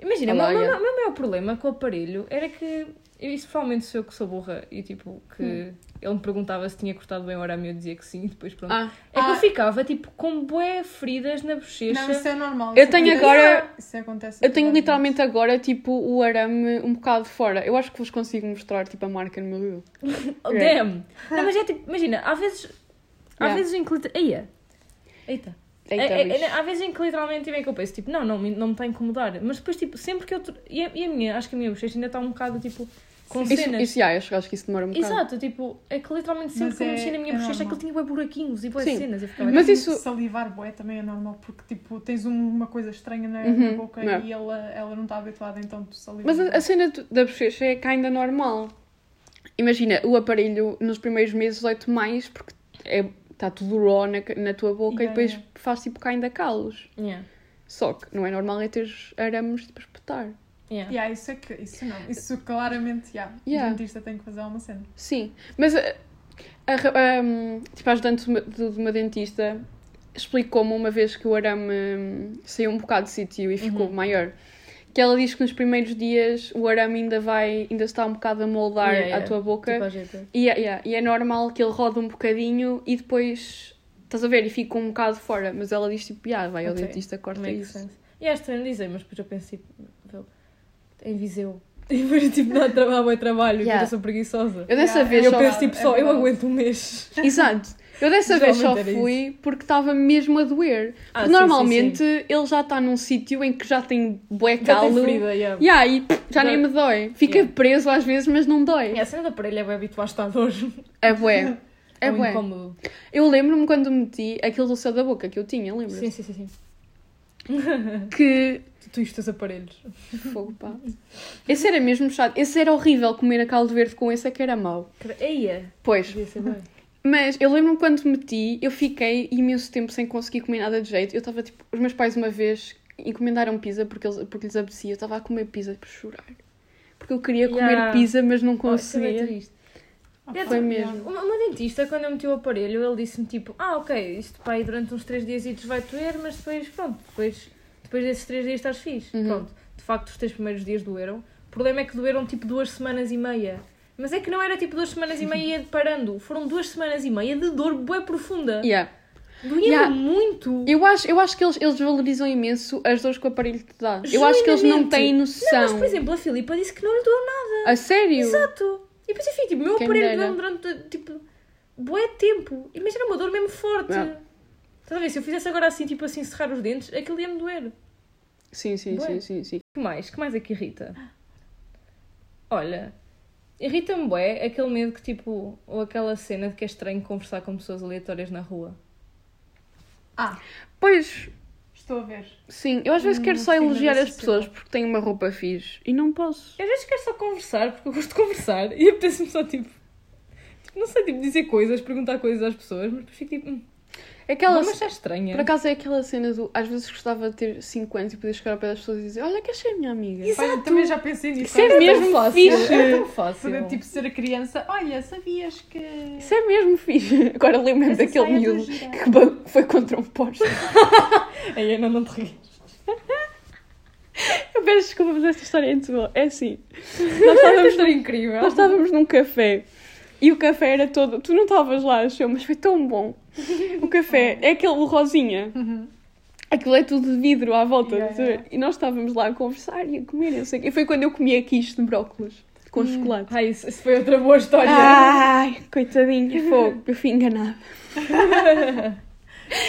Speaker 3: Imagina, o meu,
Speaker 1: Olha.
Speaker 3: meu, meu- meu maior problema com o aparelho era que. Eu, isso provavelmente sou eu que sou burra e tipo que.
Speaker 2: Hum.
Speaker 3: Ele me perguntava se tinha cortado bem o orame e eu dizia que sim, e depois pronto.
Speaker 1: Ah,
Speaker 3: É que eu
Speaker 2: Ah.
Speaker 3: ficava tipo com bué feridas na bochecha.
Speaker 2: Não, isso é normal.
Speaker 1: Eu
Speaker 2: isso
Speaker 1: tenho
Speaker 2: acontece-
Speaker 1: agora-
Speaker 2: Isso acontece. a
Speaker 1: eu tenho
Speaker 2: toda a
Speaker 1: literalmente agora tipo o arame um bocado fora. Eu acho que vos consigo mostrar tipo a marca no meu dedo.
Speaker 3: Oh,
Speaker 1: É.
Speaker 3: damn! Não, mas é tipo, imagina, há vezes. Há
Speaker 1: Yeah.
Speaker 3: vezes em que literalmente. Eita!
Speaker 1: Eita,
Speaker 3: É- é-
Speaker 1: bicho.
Speaker 3: é- há vezes em que literalmente é que eu penso, tipo, não, não, me- não me está a incomodar. Mas depois, tipo, sempre que eu. tro- E a, e a minha, acho que a minha bochecha ainda está um bocado, tipo, com
Speaker 1: Isso,
Speaker 3: cenas.
Speaker 1: isso, yeah, eu acho que isso demora um bocado.
Speaker 3: Exato, tipo, é que literalmente sempre
Speaker 2: Mas
Speaker 3: que eu
Speaker 2: é-
Speaker 3: mexi na minha
Speaker 2: é
Speaker 3: bochecha,
Speaker 2: normal.
Speaker 3: aquilo tinha bué buraquinhos e bué
Speaker 1: Sim. Uhum.
Speaker 3: cenas. Eu ficava,
Speaker 2: vida.
Speaker 1: Mas
Speaker 2: E
Speaker 1: isso-
Speaker 2: Salivar bué também é normal, porque tipo, tens um- uma coisa estranha na,
Speaker 1: Uhum,
Speaker 2: na boca
Speaker 1: não é?
Speaker 2: e ela, ela não está habituada, então tu salivas.
Speaker 1: Mas a, a cena do- da bochecha é que ainda normal. Imagina, o aparelho nos primeiros meses oito mais porque está tudo raw na, ca- na tua boca
Speaker 2: Yeah,
Speaker 1: e depois
Speaker 2: yeah.
Speaker 1: faz tipo cá ainda calos.
Speaker 3: Yeah,
Speaker 1: Só que não é normal é teres arames tipo a espetar.
Speaker 3: yeah.
Speaker 2: Yeah, isso é que. Isso não. Isso claramente, yeah.
Speaker 1: Yeah.
Speaker 2: O dentista tem que fazer alguma cena.
Speaker 1: Sim, mas a, a ra- ahm, tipo, a ajudante de uma, de- de uma dentista explicou-me uma vez que o arame hum, saiu um bocado de sítio e
Speaker 3: Uhum.
Speaker 1: ficou maior. Que ela diz que nos primeiros dias o arame ainda vai, ainda está um bocado a moldar
Speaker 3: Yeah, yeah.
Speaker 1: a tua boca.
Speaker 3: Tipo, a gente-
Speaker 1: E é, yeah, e é normal que ele roda um bocadinho e depois estás a ver e fica um bocado fora. Mas ela diz tipo, ah, vai ao
Speaker 3: Ok.
Speaker 1: dentista, corta
Speaker 3: Make
Speaker 1: isso.
Speaker 3: sense. E é estranho dizer, mas depois eu pensei, tipo, em Viseu. E depois, tipo, dá trabalho, bué trabalho,
Speaker 1: Yeah.
Speaker 3: que eu sou preguiçosa.
Speaker 1: Eu dessa
Speaker 2: Yeah,
Speaker 1: vez
Speaker 3: Eu
Speaker 1: só.
Speaker 3: penso, tipo,
Speaker 2: É
Speaker 3: só, eu
Speaker 2: verdade.
Speaker 3: aguento um mês.
Speaker 1: Exato. Eu dessa vez só
Speaker 3: Geralmente era
Speaker 1: fui porque estava mesmo a doer.
Speaker 3: Ah,
Speaker 1: Porque
Speaker 3: sim, sim,
Speaker 1: normalmente
Speaker 3: sim.
Speaker 1: ele já está num sítio em que já tem bué
Speaker 3: Já tem
Speaker 1: calo.
Speaker 3: ferida, yeah.
Speaker 1: Yeah, e pff, já
Speaker 3: Dói.
Speaker 1: nem me dói. Fica
Speaker 3: Yeah.
Speaker 1: preso às vezes, mas não dói.
Speaker 3: E a cena da parelha é bem habituada à dor.
Speaker 1: É bué. É
Speaker 3: um
Speaker 1: bué.
Speaker 3: incómodo.
Speaker 1: Eu lembro-me quando meti aquele do céu da boca que eu tinha, lembras?
Speaker 3: Sim, sim, sim, sim.
Speaker 1: Que
Speaker 3: Tu, tu e os teus aparelhos.
Speaker 1: Fogo, pá. Esse era mesmo chato. Esse era horrível comer a caldo verde com esse é que era mau.
Speaker 3: Cara, Eia!
Speaker 1: Pois.
Speaker 3: Devia ser bem.
Speaker 1: Mas eu lembro-me quando meti, eu fiquei imenso tempo sem conseguir comer nada de jeito. Eu estava tipo, os meus pais uma vez encomendaram pizza porque, eles, porque lhes apetecia. Eu estava a comer pizza para chorar. Porque eu queria comer
Speaker 3: Yeah.
Speaker 1: pizza, mas não
Speaker 3: Oh, isso é bem
Speaker 1: conseguia.
Speaker 3: triste.
Speaker 2: Ah,
Speaker 3: É,
Speaker 1: Foi
Speaker 2: pá,
Speaker 1: mesmo.
Speaker 3: Uma, uma dentista, quando eu meti o aparelho, ele disse-me tipo, ah, ok, isto pá, aí durante uns 3 dias e vai doer, mas depois, pronto, depois, depois desses 3 dias estás fixe.
Speaker 1: Uhum.
Speaker 3: Pronto, de facto, os 3 primeiros dias doeram. O problema é que doeram tipo duas semanas e meia. Mas é que não era tipo duas semanas e meia e ia parando. Foram duas semanas e meia de dor bué profunda.
Speaker 1: Yeah.
Speaker 3: Doía
Speaker 1: Yeah. Então.
Speaker 3: muito.
Speaker 1: Eu acho, eu acho que eles, eles valorizam imenso as dores que o aparelho te dá. Eu acho que eles não têm
Speaker 3: Genuinamente.
Speaker 1: noção.
Speaker 3: Mas, por exemplo, a Filipa disse que não lhe doeu nada.
Speaker 1: a sério?
Speaker 3: Exato. E depois, enfim, tipo, o meu
Speaker 1: Quem
Speaker 3: aparelho
Speaker 1: dera.
Speaker 3: doeu durante, tipo, bué tempo. Imagina uma dor mesmo forte.
Speaker 1: Ah.
Speaker 3: Estás a ver? Se eu fizesse agora assim, tipo, assim, serrar os dentes, aquilo ia-me doer.
Speaker 1: Sim, sim,
Speaker 3: Bué.
Speaker 1: sim, sim, sim.
Speaker 3: que mais? que mais é que irrita? Olha, irrita-me bué aquele medo que, tipo, ou aquela cena de que é estranho conversar com pessoas aleatórias na rua.
Speaker 2: Ah,
Speaker 1: Pois,
Speaker 2: estou a ver.
Speaker 1: Sim, eu às vezes
Speaker 2: Hum,
Speaker 1: quero só
Speaker 2: sim, mas
Speaker 1: elogiar
Speaker 2: isso
Speaker 1: as
Speaker 3: é
Speaker 2: sim.
Speaker 1: pessoas porque têm uma roupa fixe e não posso.
Speaker 3: Eu às vezes quero só conversar, porque eu gosto de conversar, e apetece-me só, tipo, tipo, não sei, tipo, dizer coisas, perguntar coisas às pessoas, mas depois fico, tipo, hum,
Speaker 1: Aquela,
Speaker 3: mas é estranha.
Speaker 1: Por acaso é aquela cena do. Às vezes gostava de ter 5 anos e poder chegar ao pé das pessoas e dizer: Olha, queres ser minha amiga?
Speaker 2: Pá, eu também já pensei nisso.
Speaker 1: Isso é
Speaker 2: olha,
Speaker 1: mesmo fixe.
Speaker 3: É tão fácil.
Speaker 2: Poder, tipo, ser a criança. Olha, sabias que.
Speaker 1: Isso é mesmo fixe. Agora lembro-me
Speaker 2: Essa
Speaker 1: daquele
Speaker 2: saia é
Speaker 1: miúdo
Speaker 2: gira.
Speaker 1: que ba- foi contra um poste.
Speaker 3: Aí eu não, não te rias.
Speaker 1: Eu peço desculpa, mas esta história é muito boa. É assim: nós estávamos,
Speaker 3: Estou incrível.
Speaker 1: nós estávamos num café e o café era todo. Tu não estavas lá, achou, mas foi tão bom. O café é aquele rosinha.
Speaker 2: Uhum.
Speaker 1: Aquilo é tudo de vidro à volta.
Speaker 2: Yeah,
Speaker 1: estás a ver? E nós estávamos lá a conversar e a comer, eu sei. o quê. E foi quando eu comi aqui isto de brócolis. com chocolate.
Speaker 3: Ah, isso, isso foi outra boa história.
Speaker 1: Ai, coitadinha, fogo, eu fui enganada.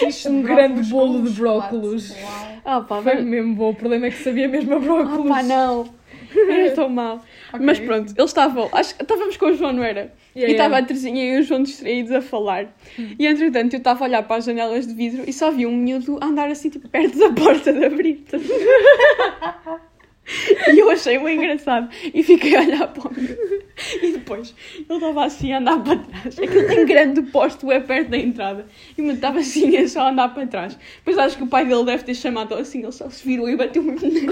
Speaker 2: Isto
Speaker 3: um
Speaker 2: de
Speaker 3: grande
Speaker 2: brócolos
Speaker 3: bolo
Speaker 2: com
Speaker 3: de brócolos.
Speaker 2: chocolate. Uau.
Speaker 1: Ah, pá,
Speaker 3: Foi
Speaker 1: vai.
Speaker 3: mesmo bom, o problema é que sabia mesmo a
Speaker 1: Ah,
Speaker 3: brócolos.
Speaker 1: pá, não. Era tão mal.
Speaker 2: Ok.
Speaker 1: Mas pronto, eles estavam. Acho que estávamos com o João, não era? E
Speaker 3: Yeah,
Speaker 1: estava a
Speaker 3: yeah. Hum.
Speaker 1: Terezinha e o João distraídos a falar. E entretanto eu estava a olhar para as janelas de vidro e só vi um miúdo a andar assim, tipo, perto da porta de abrir. e eu achei muito engraçado. E fiquei a olhar para o miúdo. E depois ele estava assim a andar para trás. Aquilo tem grande posto, é perto da entrada. E o miúdo estava assim a só andar para trás. Depois acho que o pai dele deve ter chamado assim, ele só se virou e bateu-me no nariz.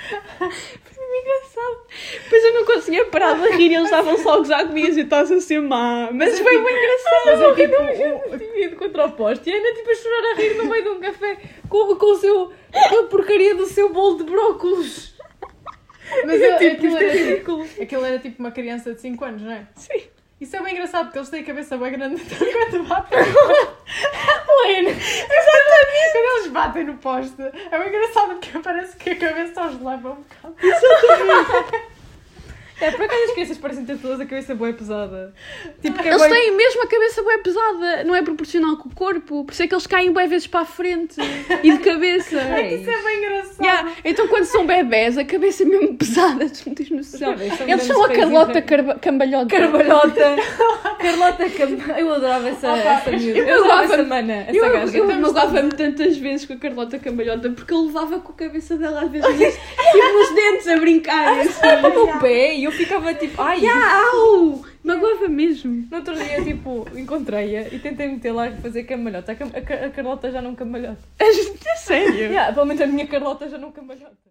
Speaker 1: Foi muito engraçado. Depois eu não conseguia parar de rir e eles estavam só a gozar comigo e estás a ser má. Mas foi muito
Speaker 3: Mas
Speaker 1: engraçado.
Speaker 3: é tipo, o- eu tinha ido contra o poste e a Ana tipo a chorar a rir no meio de um café com, com o seu, com a porcaria do seu bolo de brócolos.
Speaker 2: Mas eu,
Speaker 3: tipo,
Speaker 2: aquilo,
Speaker 3: isto é
Speaker 2: era,
Speaker 3: ridículo.
Speaker 2: aquilo era tipo uma criança de 5 anos, não é?
Speaker 1: Sim.
Speaker 2: Isso é bem engraçado porque eles têm a cabeça bem grande então quando batem.
Speaker 1: Helena,
Speaker 2: Exatamente! Quando eles batem no poste, é bem engraçado porque parece que a cabeça os leva um bocado.
Speaker 3: É, por acaso as crianças parecem ter todas a cabeça boa pesada. Tipo, que é
Speaker 1: Eles
Speaker 3: bué-
Speaker 1: têm mesmo a cabeça bem pesada, não é proporcional com o corpo, por isso é que eles caem bem vezes para a frente e de cabeça.
Speaker 2: É que isso é bem engraçado.
Speaker 1: Yeah, Então quando são bebés, a cabeça é mesmo pesada, tu não tens noção.
Speaker 3: Os bebés
Speaker 1: Eles
Speaker 3: são grandes
Speaker 1: são a
Speaker 3: peizinhos,
Speaker 1: Carlota
Speaker 3: é?
Speaker 1: carba- Cambalhota.
Speaker 3: Carvalhota. Carlota Cam... Eu adorava essa,
Speaker 2: Opa,
Speaker 3: essa miúda.
Speaker 1: eu
Speaker 3: Eu adorava
Speaker 1: adorava-
Speaker 3: essa mana, essa
Speaker 1: eu
Speaker 3: gaja. Então,
Speaker 1: eu
Speaker 2: Estamos
Speaker 1: magoava-me tantas vezes com a Carlota Cambalhota porque eu levava com a cabeça dela às vezes tipo nos dentes a brincar. assim.
Speaker 3: Estava no pé e eu ficava tipo, ai,
Speaker 1: Yeah, au! Magoava mesmo.
Speaker 3: No outro dia, tipo, encontrei-a e tentei meter lá e fazer camalhota. A, cam- a ca- a Carlota já não camalhota.
Speaker 1: É sério.
Speaker 3: Yeah, pelo menos a minha Carlota já não camalhota.